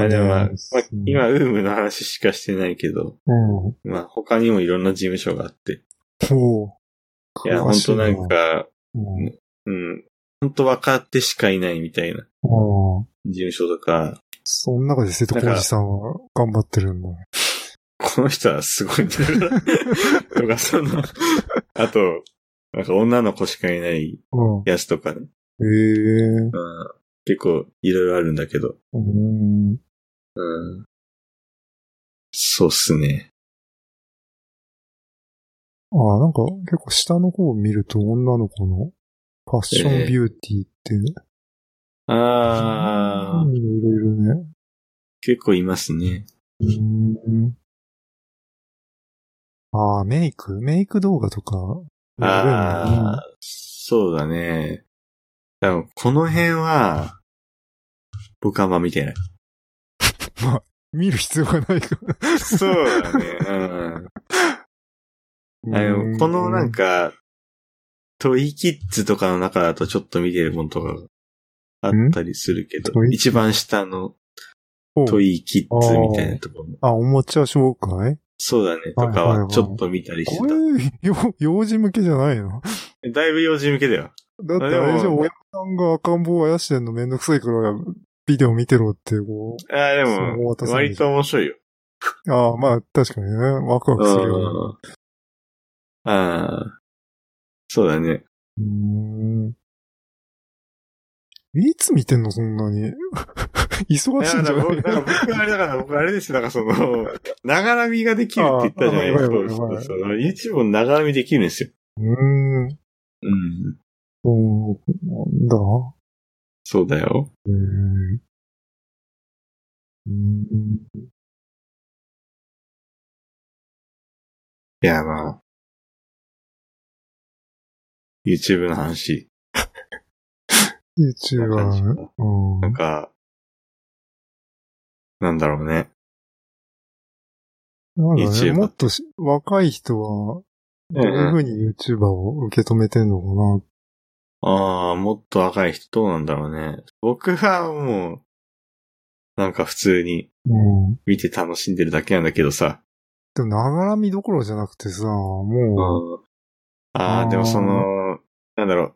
ーね
でも、まあ、今、ウームの話しかしてないけど、
うん。
まあ、他にもいろんな事務所があって。
ほ
い
う。
や、
詳
本
し
当なんか、
うん。
うん。本当分かってしかいないみたいな
うん。
事務所とか、
その中で瀬戸康史さんは頑張ってるんだ。
この人はすご <laughs> いんだから。とか、その、あと、なんか女の子しかいない
うん。
やつとかね。
ええ
うん、結構いろいろあるんだけど。
うん。
うん、そうっすね。
ああ、なんか結構下の方を見ると女の子のファッションビューティーって、
あー、
いろいろね。
結構いますね。
うん。ああ、メイクメイク動画とか。
あー、そうだね。多分この辺は、僕はあんま見てない。
見る必要がないから。
そうだね。うん。あのこのなん
か。
か、トイキッズとかの中だとちょっと見てるものとかがあったりするけど
んト、イ
一番下の
ほう
トイキッズみたいなところも、
あ、おもちゃ紹介
そうだね、とか
はいはいは
はいちょっと見たりして
これ、よ、幼児向けじゃないの
た。だいぶ用事向けだよ。
だってあれじゃ、親さんが赤ん坊をあやしてんのめんどくさいから、ビデオ見てろって、こ
ああ、で
そう
も
渡、さない
割と面白いよ。
う。ああ、まあ、確かにね、ワクワクするよ
ああー。そうだね。
ね。うーん。いつ見てんの、そんなに。 <laughs> 忙
い
しい
や
んじ
だから
ゃない
僕、だから僕あれだから、僕あれですよ。だからその、ながら見ができるって言ったじゃないです
あーはいはい
か
はいは。い
その YouTube もながら見できるんですよ。
うーん。
うん。
そう、なんだ。
そうだよ。
うーん。うーん
いや、まあ。YouTube の話。
YouTube はね、う
なん
ん。
か、なんだろうね。
なんだね、
YouTuber
もっとし若い人は、どういうふうに YouTuber を受け止めてんのかな
ああ、もっと若い人どうなんだろうね。僕はもう、なんか普通に
うん。
見て楽しんでるだけなんだけどさ。
でも、ながら見どころじゃなくてさ、も
うんああ、でもその、なんだろう。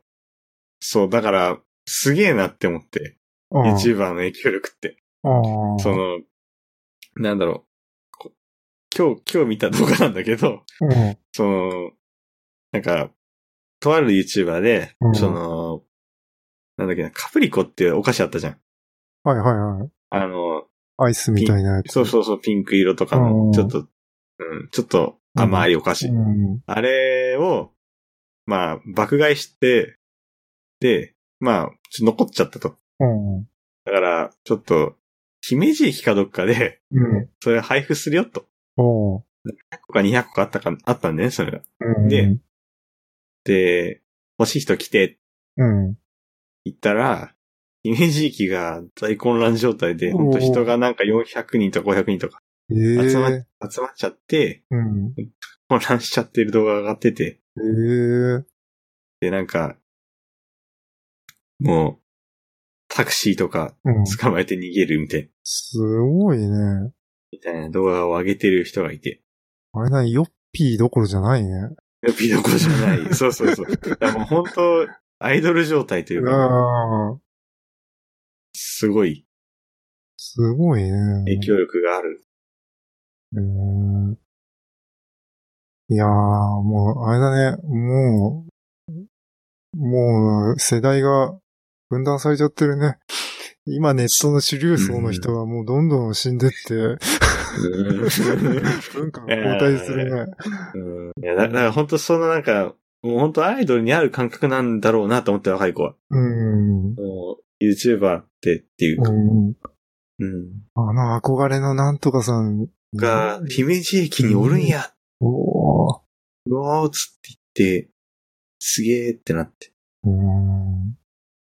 そう、だから、すげえなって思って。
う、うん
YouTuber の影響力って。
ああ
その、なんだろう。こ今日、今日見た動画なんだけど、 <laughs>
うん。
その、なんか、とある YouTuber で、
うん
その、なんだっけな、カプリコっていうお菓子あったじゃん。
はいはいはい。
あの、
アイスみたいなやつ。
そうそうそう、ピンク色とか
う
の
ん、
ちょっと、うん、ちょっと甘いお菓子。
うん。
あれを、まあ、爆買いして、で、まあ、ちょっと残っちゃったと。
うん。
だから、ちょっと、姫路駅かどっかで、
うん。
それ配布するよと。
おう。
100個か200個かあったか、あったんだよね、それが。
うん。
で、で、欲しい人来てって
うん。
言ったら、姫路駅が大混乱状態で、本当人がなんか400人とか500人とか
ええ
集まっ集まっちゃって、
うん。
混乱しちゃってる動画が上がってて、
ええ
で、なんか、もう、タクシーとか
うん。
捕まえて逃げるみたいな、
すごいね。
みたいな動画を上げてる人がいて、
あれな、ヨッピーどころじゃないね。
ピどこじゃない。そうそうそう。だからもう本当、アイドル状態というか、
ああ。
すごい
すごいね。
影響力がある。
うーんいやー、もう、あれだね、もう、もう、世代が分断されちゃってるね。今ネットの主流層の人はもうどんどん死んでって、
<laughs>
文化が後退するね。
うんいやだだから本当そのなんか、もう本当アイドルにある感覚なんだろうなと思って若い子は。
うん。う
もう YouTuber ってっていう。
ん。
うん。
あの憧れのなんとかさん。
が、姫路駅におるんや。
おー。
うわーっつって言って、すげーってなって。
うん。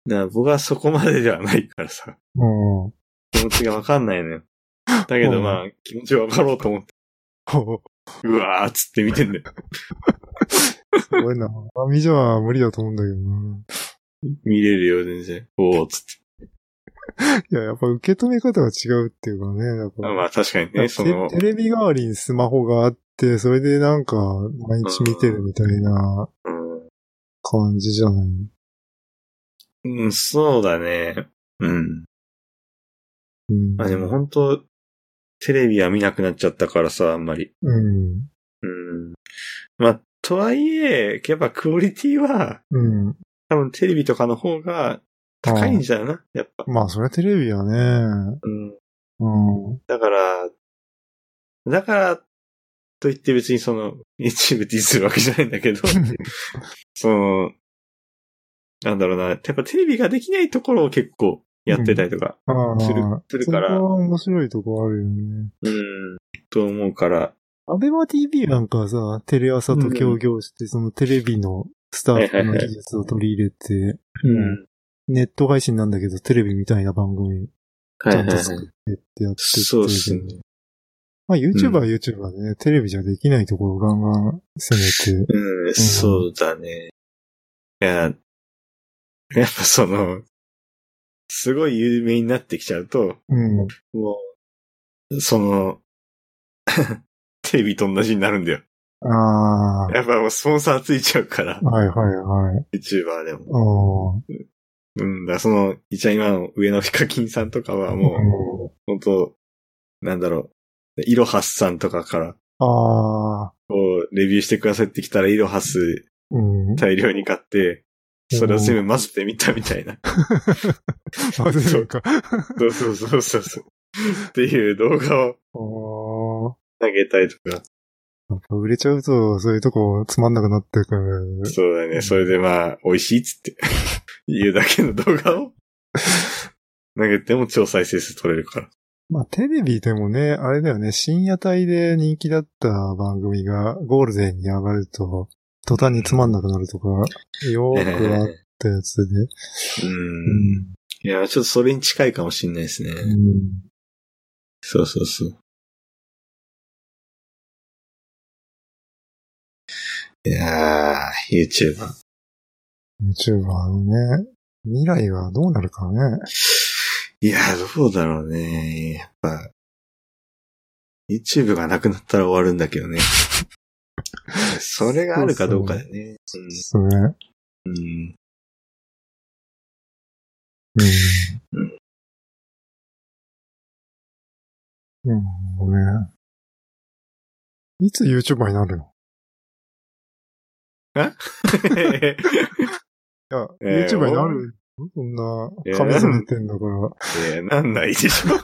だから僕はそこまでではないからさ、
うん。
気持ちがわかんないのよ。だけどまあ、気持ちわかろうと思って、うわーっつって見てんだよ。
すごいな。アミじゃ無理だと思うんだけどな。
見れるよ、全然。おーっつって。
いや、やっぱ受け止め方が違うっていうかね。だか
あ
ら
まあ確かに
テ
ね、その、
テレビ代わりにスマホがあって、それでなんか、毎日見てるみたいな
うん
感じじゃない。
うん、そうだね。うん。
うん。
あ、でも本当テレビは見なくなっちゃったからさ、あんまり。
うん。
うん。まあ、とはいえ、やっぱクオリティは、
うん。
多分テレビとかの方が高いんじゃな、やっぱ。
まあ、それはテレビはね。
うん。 <laughs>
うん。
だから、だから、と言って別にその、一部ディスるわけじゃないんだけど、その、なんだろうな、やっぱテレビができないところを結構やってたりとか、
ああ。
するするから
そこは面白いとこあるよね。
うん、と思うから、
アベマ TV なんかはさ、テレ朝と協業して、そのテレビのスタッフの技術を取り入れて、
うん。
ネット配信なんだけど、テレビみたいな番組
は
ち
いは
ゃ
い
んと
はい。
作ってってやってって
そうっすね。
まあ YouTuber は YouTuber でね、テレビじゃできないところをガンガン攻めて。
うん、そうだね。いや、やっぱその、すごい有名になってきちゃうと、
うん。
もう、その、 <laughs> テレビと同じになるんだよ。
あ
やっぱもうスポンサーついちゃうから
あ。、はいはいはい。
YouTuber でも。
あー
うんだ、その、一応今の上のヒカキンさんとかはも
う
う、本当なんだろう、イロハスさんとかから、
ん、ああ。
こう、レビューしてくださってきたら、イロハス
うん。
大量に買って、それを全部混ぜてみたみたいな。
あ、そうか。
そうそうそうそうそう。っていう動画を
あー
投げたりとか。
やっぱ売れちゃうと、そういうとこつまんなくなってくる。
そうだね。それでまあ、美味しいっつって、言うだけの動画を投げても超再生数取れるから。
まあテレビでもね、あれだよね、深夜帯で人気だった番組がゴールデンに上がると、途端につまんなくなるとか、よーくあったやつで。
うん。いや、ちょっとそれに近いかもしんないですね。
うん
そうそうそう。いやー、YouTube。
YouTuber のね、未来はどうなるかね。
いやー、どうだろうね。やっぱ、YouTube がなくなったら終わるんだけど <laughs> ね。それがあるかどうかだよね。
そうね。うん。
うんうん <laughs>
うん。ごめん。いつ YouTuber になるのい
え
や、
ー
YouTuber になるそんな
え、ー
カメラ見てんだから。
いや、なんないでし <laughs> ょ。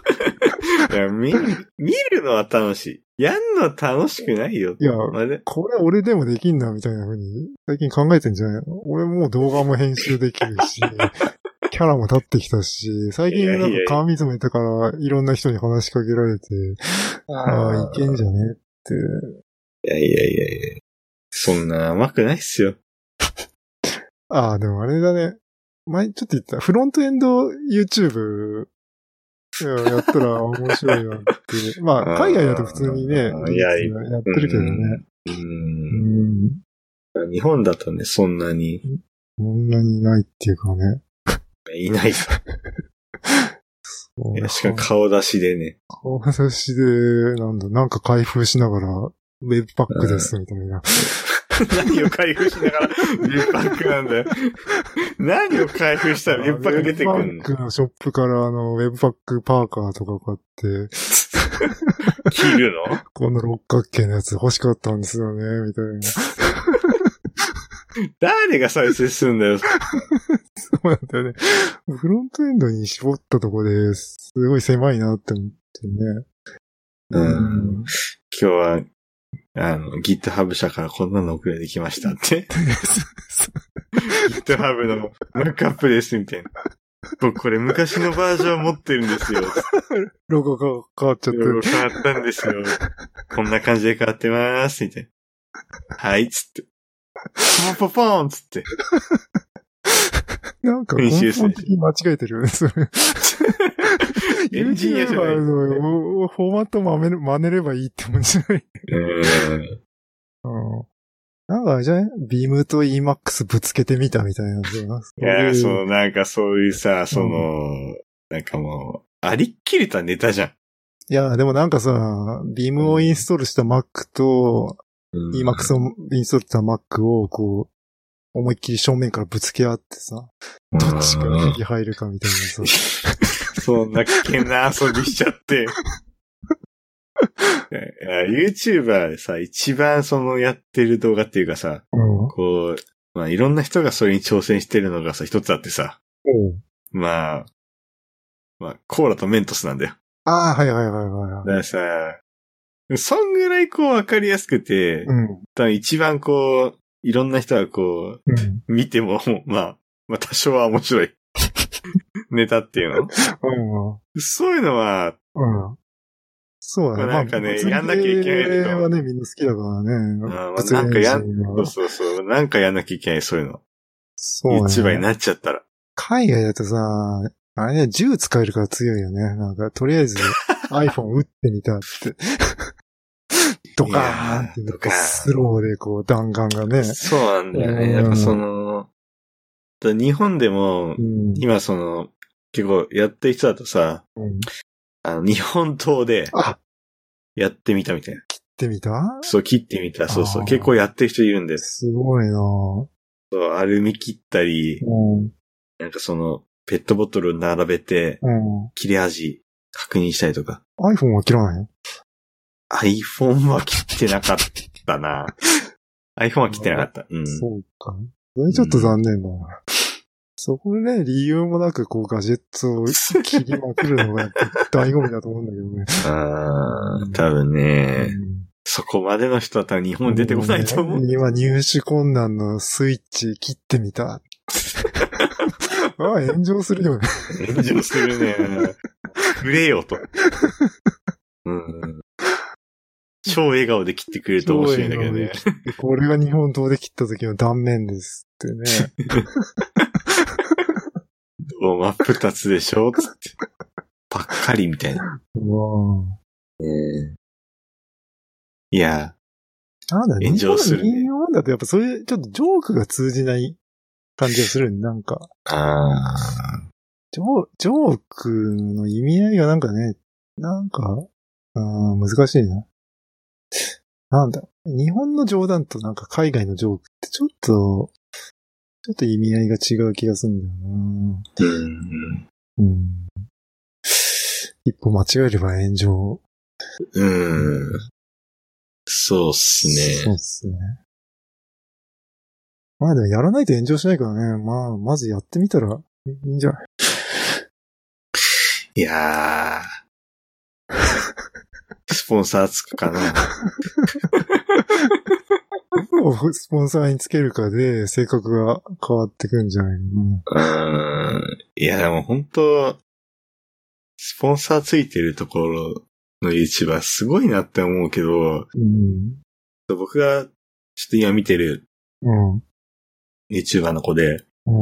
いや、見、見るのは楽しい。やんのは楽しくないよ。
いや
まあね
これ俺でもでき
<laughs>
んな、みたいな風に、最近考えてんじゃないの俺もう動画も編集できるし、キャラも立ってきたし、最近ない
やい
ん
やいや
か川水もいたから、いろんな人に話しかけられて、ああ、いけんじゃねって。
いやいやいやいや。そんな甘くないっすよ。
ああ、でもあれだね。前ちょっと言った、フロントエンド YouTube やったら面白い
<laughs>
なって。まあ、海外だと普通にね、やっ
いやい
てるけどね。
う。
うんん。
日本だとね、そんなに
そんなにいないっていうかね。
いない。いやしかも顔出しでね。
顔差しで、なんだ、なんか開封しながら、ウェブパックです、みたいな。
何を開封しながら、リュッパックなんだよ。何を開封したらリュッパック出てく
ウェ
んの
ブパックのショップから、あの、ウェブパックパーカーとか買って、
切るの
この六角形のやつ欲しかったんですよね、みたいな。 <laughs>
誰が再生するんだよ。
そうなんだよね。フロントエンドに絞ったとこですごい狭いなって思ってね。
うん。今日は、あの、GitHub 社からこんなの送られてきました <laughs> って。GitHub のマックアップです、みたいな。僕これ昔のバージョン持ってるんですよ。
ロゴが変わっちゃっ
い
て
ろいろ変わったんですよ。こんな感じで変わってます、みたいな。はい、つって。ポンポポーンつって。
なんか根本的に間違えてるよね、それ。
エンジニアじゃない
YouTuber のフォーマット真似る真似ればいいってもんじゃない。
うん。
うんなんかあれじゃないビームと EMAX ぶつけてみたみたいなんだよな。
いや、
そ
そう
い
の、
う
なんかそういうさ、その、なんかもう、ありっきりたネタじゃん。
いや、でもなんかさ、ビームをインストールした Mac と、EMAX をインストールした Mac を、こう、思いっきり正面からぶつけ合ってさ、どっちからヒリ入るかみたいなさ。
そんな危険な遊びしちゃって。いや YouTuber でさ、一番そのやってる動画っていうかさ、
うん。
こう、まあいろんな人がそれに挑戦してるのがさ、一つあってさ、まあ、まあコーラとメントスなんだよ。
ああ、はいはいはいはい
だ
は
か
い。
らさ、そんぐらいこうわかりやすくて、
うん。
多分一番こう、いろんな人がこ
うん。
う、見ても、まあ、まあ多少は面
<laughs>
白い。ネタっていうのそういうのは、
うん。うん。そうだね。
まあなんかね
物理
やんなきゃいけないけど
系はね、みんな好きだからね。
まあ
物理
なんかやん
エンジニア
そう
は
そうそう。なんかやんなきゃいけない、そういうの。
そうだ
YouTuber に
ね。
なっちゃったら。
海外だとさ、あれね、銃使えるから強いよね。なんか、とりあえず
<laughs>
iPhone 撃ってみたって。ドカーンって、
いやー
なん
ドカー
か
ン
スローでこう弾丸がね。
そうなんだよ
う
ね。
ん
やっぱその、だ日本でも
う、ん。
今その、結構やってる人だとさ、
うん
あの日本刀で
あ、
やってみたみたいな。
ってみた
そう、切ってみた。そうそ
あ
う。
ー
結構やってる人いるんです。
すごいなぁ。
そう、アルミ切ったり、
うん。
なんかその、ペットボトル並べて、
う
切れ味確認したりとか。
ん。iPhone は切らない
iPhone は切ってなかった <laughs> な iPhone は切ってなかった。うん。
そうか。それちょっと残念だな。そこでね、理由もなく、こう、ガジェットを切りまくるのがやっぱ醍醐味だと思うんだけどね。
ああ、多分 <laughs> ね、そこまでの人は多分日
う
本
ん
出てこないと思う。
今、入手困難のスイッチ切ってみ
<laughs>
た。ああ、炎上するよね。
炎上するね。 <laughs> くれよと。うん。超笑顔で切ってくれると面白いんだけどね。
これが日本刀で切った時の断面ですっ
<laughs>
てね。
もう真っ二つでしょつって。ばっかりみたいな。
うわぁ
いや、
なんだろう
炎上するね
日本だとやっぱそういう、ちょっとジョークが通じない感じがするね。なんか、
あ
ジョージョークの意味合いがなんかね、なんか、うん、難しいな。なんだ、日本の冗談となんか海外のジョークってちょっと、ちょっと意味合いが違う気がするんだよな。
ーうん。
うん。一歩間違えれば炎上。
うん。そうっす
そう
ね。
っすね。まあでもやらないと炎上しないからね。まあ、まずやってみたらいいんじゃない <laughs>
いやー。スポンサーつくかな。
をスポンサーにつけるかで、性格が変わってくんじゃないかな。
うーん。いや、でも本当スポンサーついてるところの YouTuber すごいなって思うけど、
うん。
僕がちょっと今見てる
うん。
YouTuber の子で、
うん。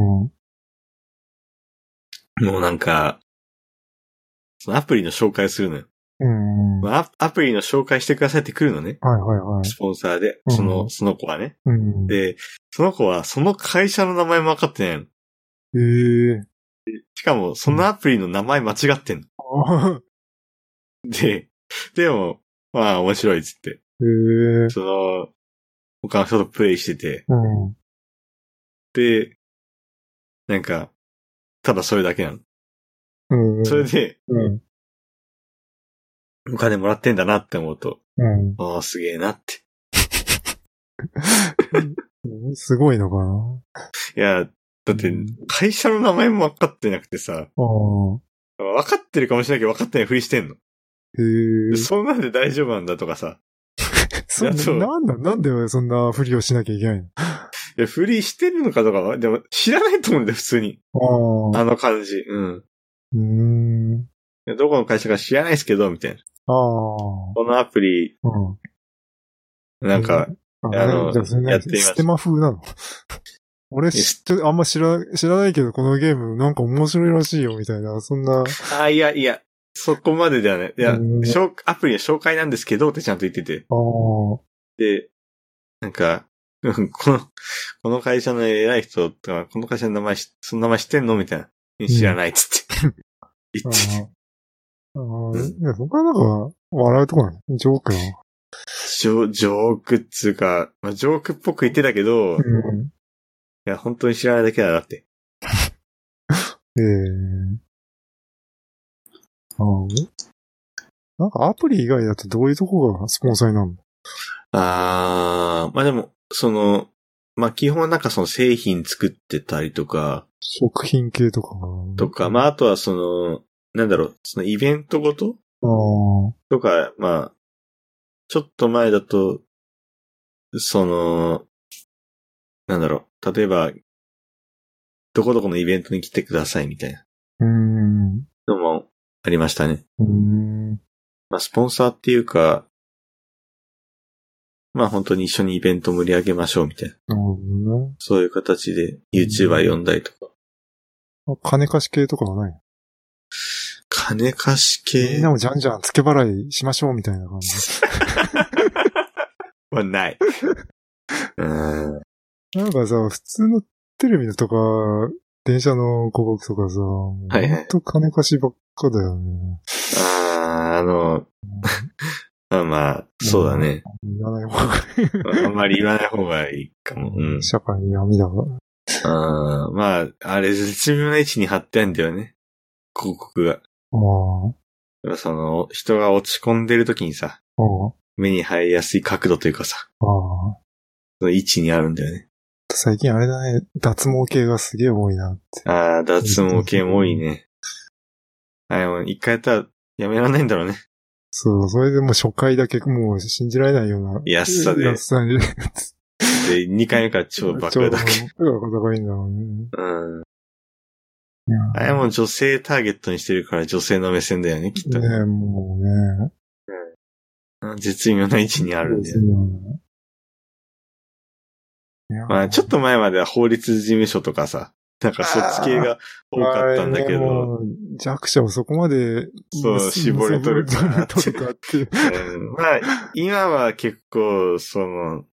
もうなんか、そのアプリの紹介するのよ。
うん。はい
まあアアプリの紹介してくださいって来るのね。
はいはい。
スポンサーで、
うん
その、その子はね。
うん。
で、その子はその会社の名前も分かってないの。
ええ
しかも、そのアプリの名前間違ってんの。
あ
で、でも、まあ面白いっつって。
ええ
その、他の人とプレイしてて、
うん。
で、なんか、ただそれだけなの。
うん。
それで、
うん。
お金もらってんだなって思うと、
う
ああ、すげえなって。
ん。すごいのかない
や、だって
うん、
会社の名前も分かってなくてさ、
ああ。
分かってるかもしれないけど分かってないふりしてんの。
へえ。
そんなんで大丈夫なんだとかさ、
そ
いやそう
なんだ、なんでそんなふりをしなきゃいけない
いや、ふりしてるのかとかは、でも知らないと思うんだよ、普通に。
のああ。
あの感じ。うん。
うーん。
いやどこの会社か知らないですけど、みたいな。
ああ。
このアプリ、
うん。
なんか、あの
じゃあそれ
や
何
ってみました
ステマ風なの俺知って、あんま知ら、知らないけど、このゲームなんか面白いらしいよ、みたいな、そんな。
ああ、いや、いや、そこまでではね。いや、
うん
紹アプリの紹介なんですけどってちゃんと言ってて。
ああ。
で、なんか、うんこの、この会社の偉い人とか、この会社の名前知、その名前知ってんのみたいな。知らないっつって。言ってて、
ああ。いや、そこはなんか、笑うとこなのジョークなの
ジョジョークっつうか、まあ、ジョークっぽく言ってたけど、い
うん。
や、本当に知らないだけだなって。
ええああ。なんかアプリ以外だとどういうとこがスポンサーになるの
あー、まあでも、その、まあ基本はなんかその製品作ってたりとか、
食品系とか。
とか、まああとはその、なんだろう、そのイベントごと
ああ。
とか、まあ、ちょっと前だと、その、なんだろう、例えば、どこどこのイベントに来てくださいみたいな
うーん。う
のもありましたね。
ーん。
まあスポンサーっていうか、まあ本当に一緒にイベント盛り上げましょうみたいな。
なるほどね。
そういう形で YouTuber 呼んだりとか。
あ金貸し系とかはない。
金貸し
み
系
んなもじゃんじゃん付け払いしましょうみたいな
<laughs>
感じ。
はない。 <laughs> うん。
なんかさ、普通のテレビとか、電車の広告とかさ、
はいは
ほ
い
んと金貸しばっかだよね。
あーあの、 <laughs> まあまあ、そうだね。
言わない方が
あんまり言わない方がいいかも。うん。
社会に闇だわ。
あーまあ、あれ、絶妙な位置に貼ってあるんだよね。広告が。
ま
その、人が落ち込んでる時にさ、
あ、あ
目に入りやすい角度というかさ、
あ、ああ。
その位置にあるんだよね。
最近あれだね、脱毛系がすげえ多いなって。
ああ、脱毛系も多いね。あでも一回やったらやめられないんだろうね。
そう、それでもう初回だけもう信じられないような。
安さで
安さに。
で、二回目から超爆上だけ。
ちょうど高いんだろうね。
うん。
いや
あれも女性ターゲットにしてるから女性の目線だよね、きっと。
ねえ、もうね。
うん絶妙な位置にあ
あ
るんだよね。まあ、ちょっと前までは法律事務所とかさ、なんかそっち系が多かったんだけ
まあね
ど、
もう弱者をそこまで、
そう絞れとるか
<laughs> 絞
な
れとるかっ
<laughs>
ていう。
うんまあ、今は結構、その、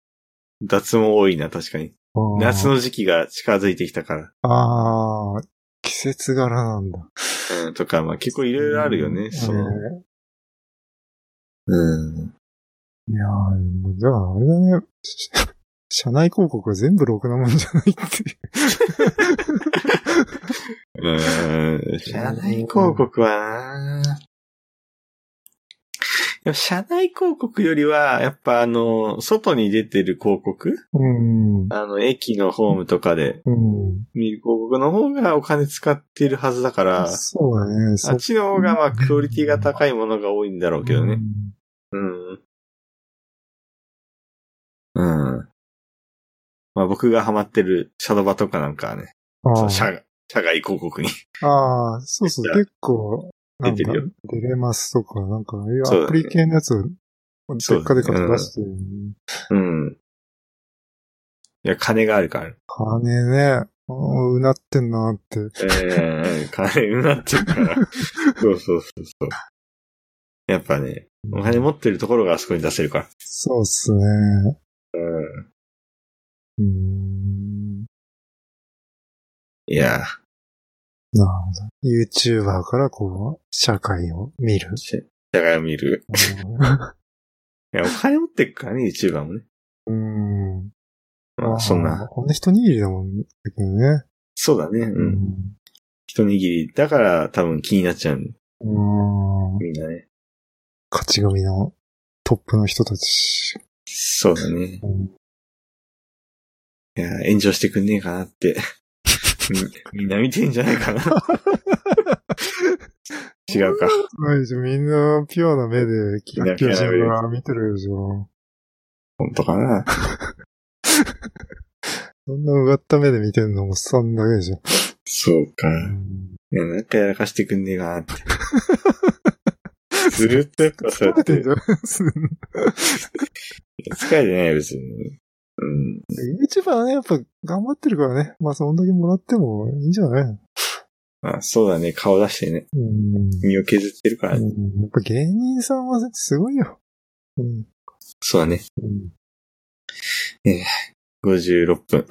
脱毛多いな、確かに。夏の時期が近づいてきたから。
ああ、季節柄なんだ。
うん、とか、まあ結構いろいろあるよね、その。
ね
うん。
いやー、もうじゃあ、あれだね。 <laughs> し社内広告は全部ろくなもんじゃないっていう。
うん。社内広告はなでも社内広告よりは、やっぱあの、外に出てる広告
うん。
あの、駅のホームとかで
うん。
見る広告の方がお金使ってるはずだから、
そうだね。
あ
そ
っちの方がまあクオリティが高いものが多いんだろうけどね。うん。うん。まあ僕がハマってるシャドバとかなんかはね、そ
あ
の
あ
社、社外広告に。
ああ、そうそう、
出
結構、なん
出
か
てる、
出れますとか、なんか、いや
そうだね
アプリ系のやつを、
そ
で
う
っかでか
う
と
ん
出してる、
うん。いや、金がある
<laughs>
から。
金ね、うんうなってんなって。
ええ金うなってるから。そうそうそうそう。やっぱね、お金持ってるところがあそこに出せるか
そうっすね。
ら。うん。
うーん。
いや
なるほど。YouTuber からこう、社会を見る
ー、。社会を見る。いや、お金持ってるからね、YouTuber もね。
うん。うん
まあ、そんな。。
こんな人握りだもんだけどね。
そうだね。
う
うん。
ん。
一握り。だから多分気になっちゃうん
うん。
みんなね。
勝ち組のトップの人たち。
そうだね。
うん
いや、炎上してくんねえかな <laughs> って。みみんな見てんじゃないかな。違うか。
ないでしょみんなピュアな目で、キラッキラしながら見てるでしょ。
本当かな。
そんなうがった目で見てんのおっさんだけでしょ。
そうか。
うん
いや、なんかやらかしてくんねえかなって。ずーっとやっぱそうやっ
疲れ
て
<laughs> てんじ
る。
ゃん。
疲れてないよ、別に。うん。
YouTuber はね、やっぱ頑張ってるからね。まあそんだけもらってもいいんじゃない
まあ、そうだね。顔出してね。
うん。
身を削ってるからね。
うんやっぱ芸人さんはすごいよ。うん。
そうだね。
うん
56分。
そう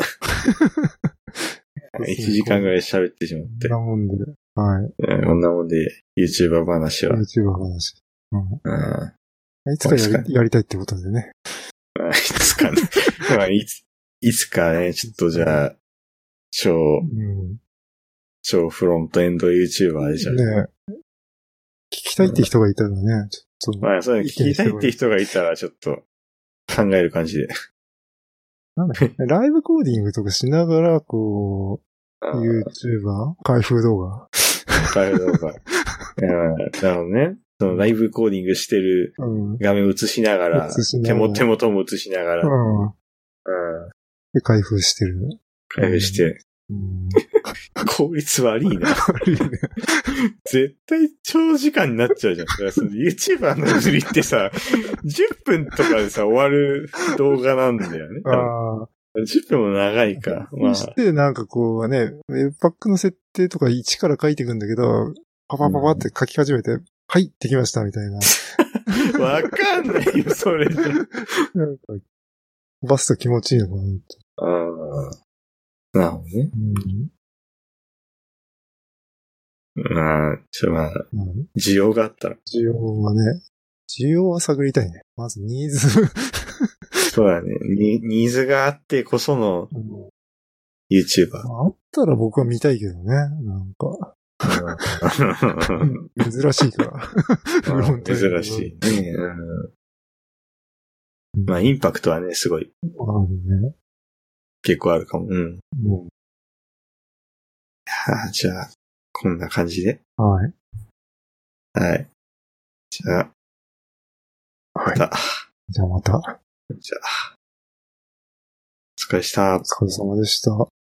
1
ですね
時間ぐらい喋ってしまっ
こん
て。
なもんで。はい。
うんこんなもんで、YouTuber 話は。
YouTuber 話。うん
うん。
いつか
確
や
か
りやりたいってことでね。
ま <laughs> あいつかね。まあ、いつ、いつかね、ちょっとじゃあ、超
う、ん。
超フロントエンド YouTuber でしょ。
ね聞きたいって人がいたらね、ちょっと、
まあ、そういうの聞きたいって人がいたら、ちょっと、考える感じで。
なんだっけライブコーディングとかしながら、こう、
うん
YouTuber? 開封動画
なるほど。なるほどね。そのライブコーディングしてる
うん。
画面を映しながら、
映しな
手
がら
も手元も映しながら、うん。
うん。で、開封してる。
開封して、 <laughs>
うん。
効率悪いな。
悪いね。
絶対長時間になっちゃうじゃん。だからその YouTuber の釣りってさ、10分とかでさ、終わる動画なんだよね。
ああ。
10分も長いか。まあ
そ、して、なんかこうね、ウェブパックの設定とか一から書いていくんだけど、パパパパって書き始めて、はい、できました、み
<laughs>
たいな。
わかんないよ、それじゃ。
なんか、飛ばすと気持ちいいのかなって。
あーなるほどね。
うん
まあ、ちょ、まあ、
うん。
需要があったら。
需要はね、需要は探りたいね。まずニーズ。
そうだね。にニーズがあってこその YouTuber。 <laughs>
あったら僕は見たいけどね。なんか、珍しい
<laughs>
から。フロントエンド
珍しいね。うんまあ、インパクトはね、すごい、
あるね。
結構あるかも。うん。
も
はあじゃあ、こんな感じで。
うはい。
はい。じゃあ、
は
ま
い。
た、
じゃあまた、
じゃあ、お疲れした
お。疲れ様でした。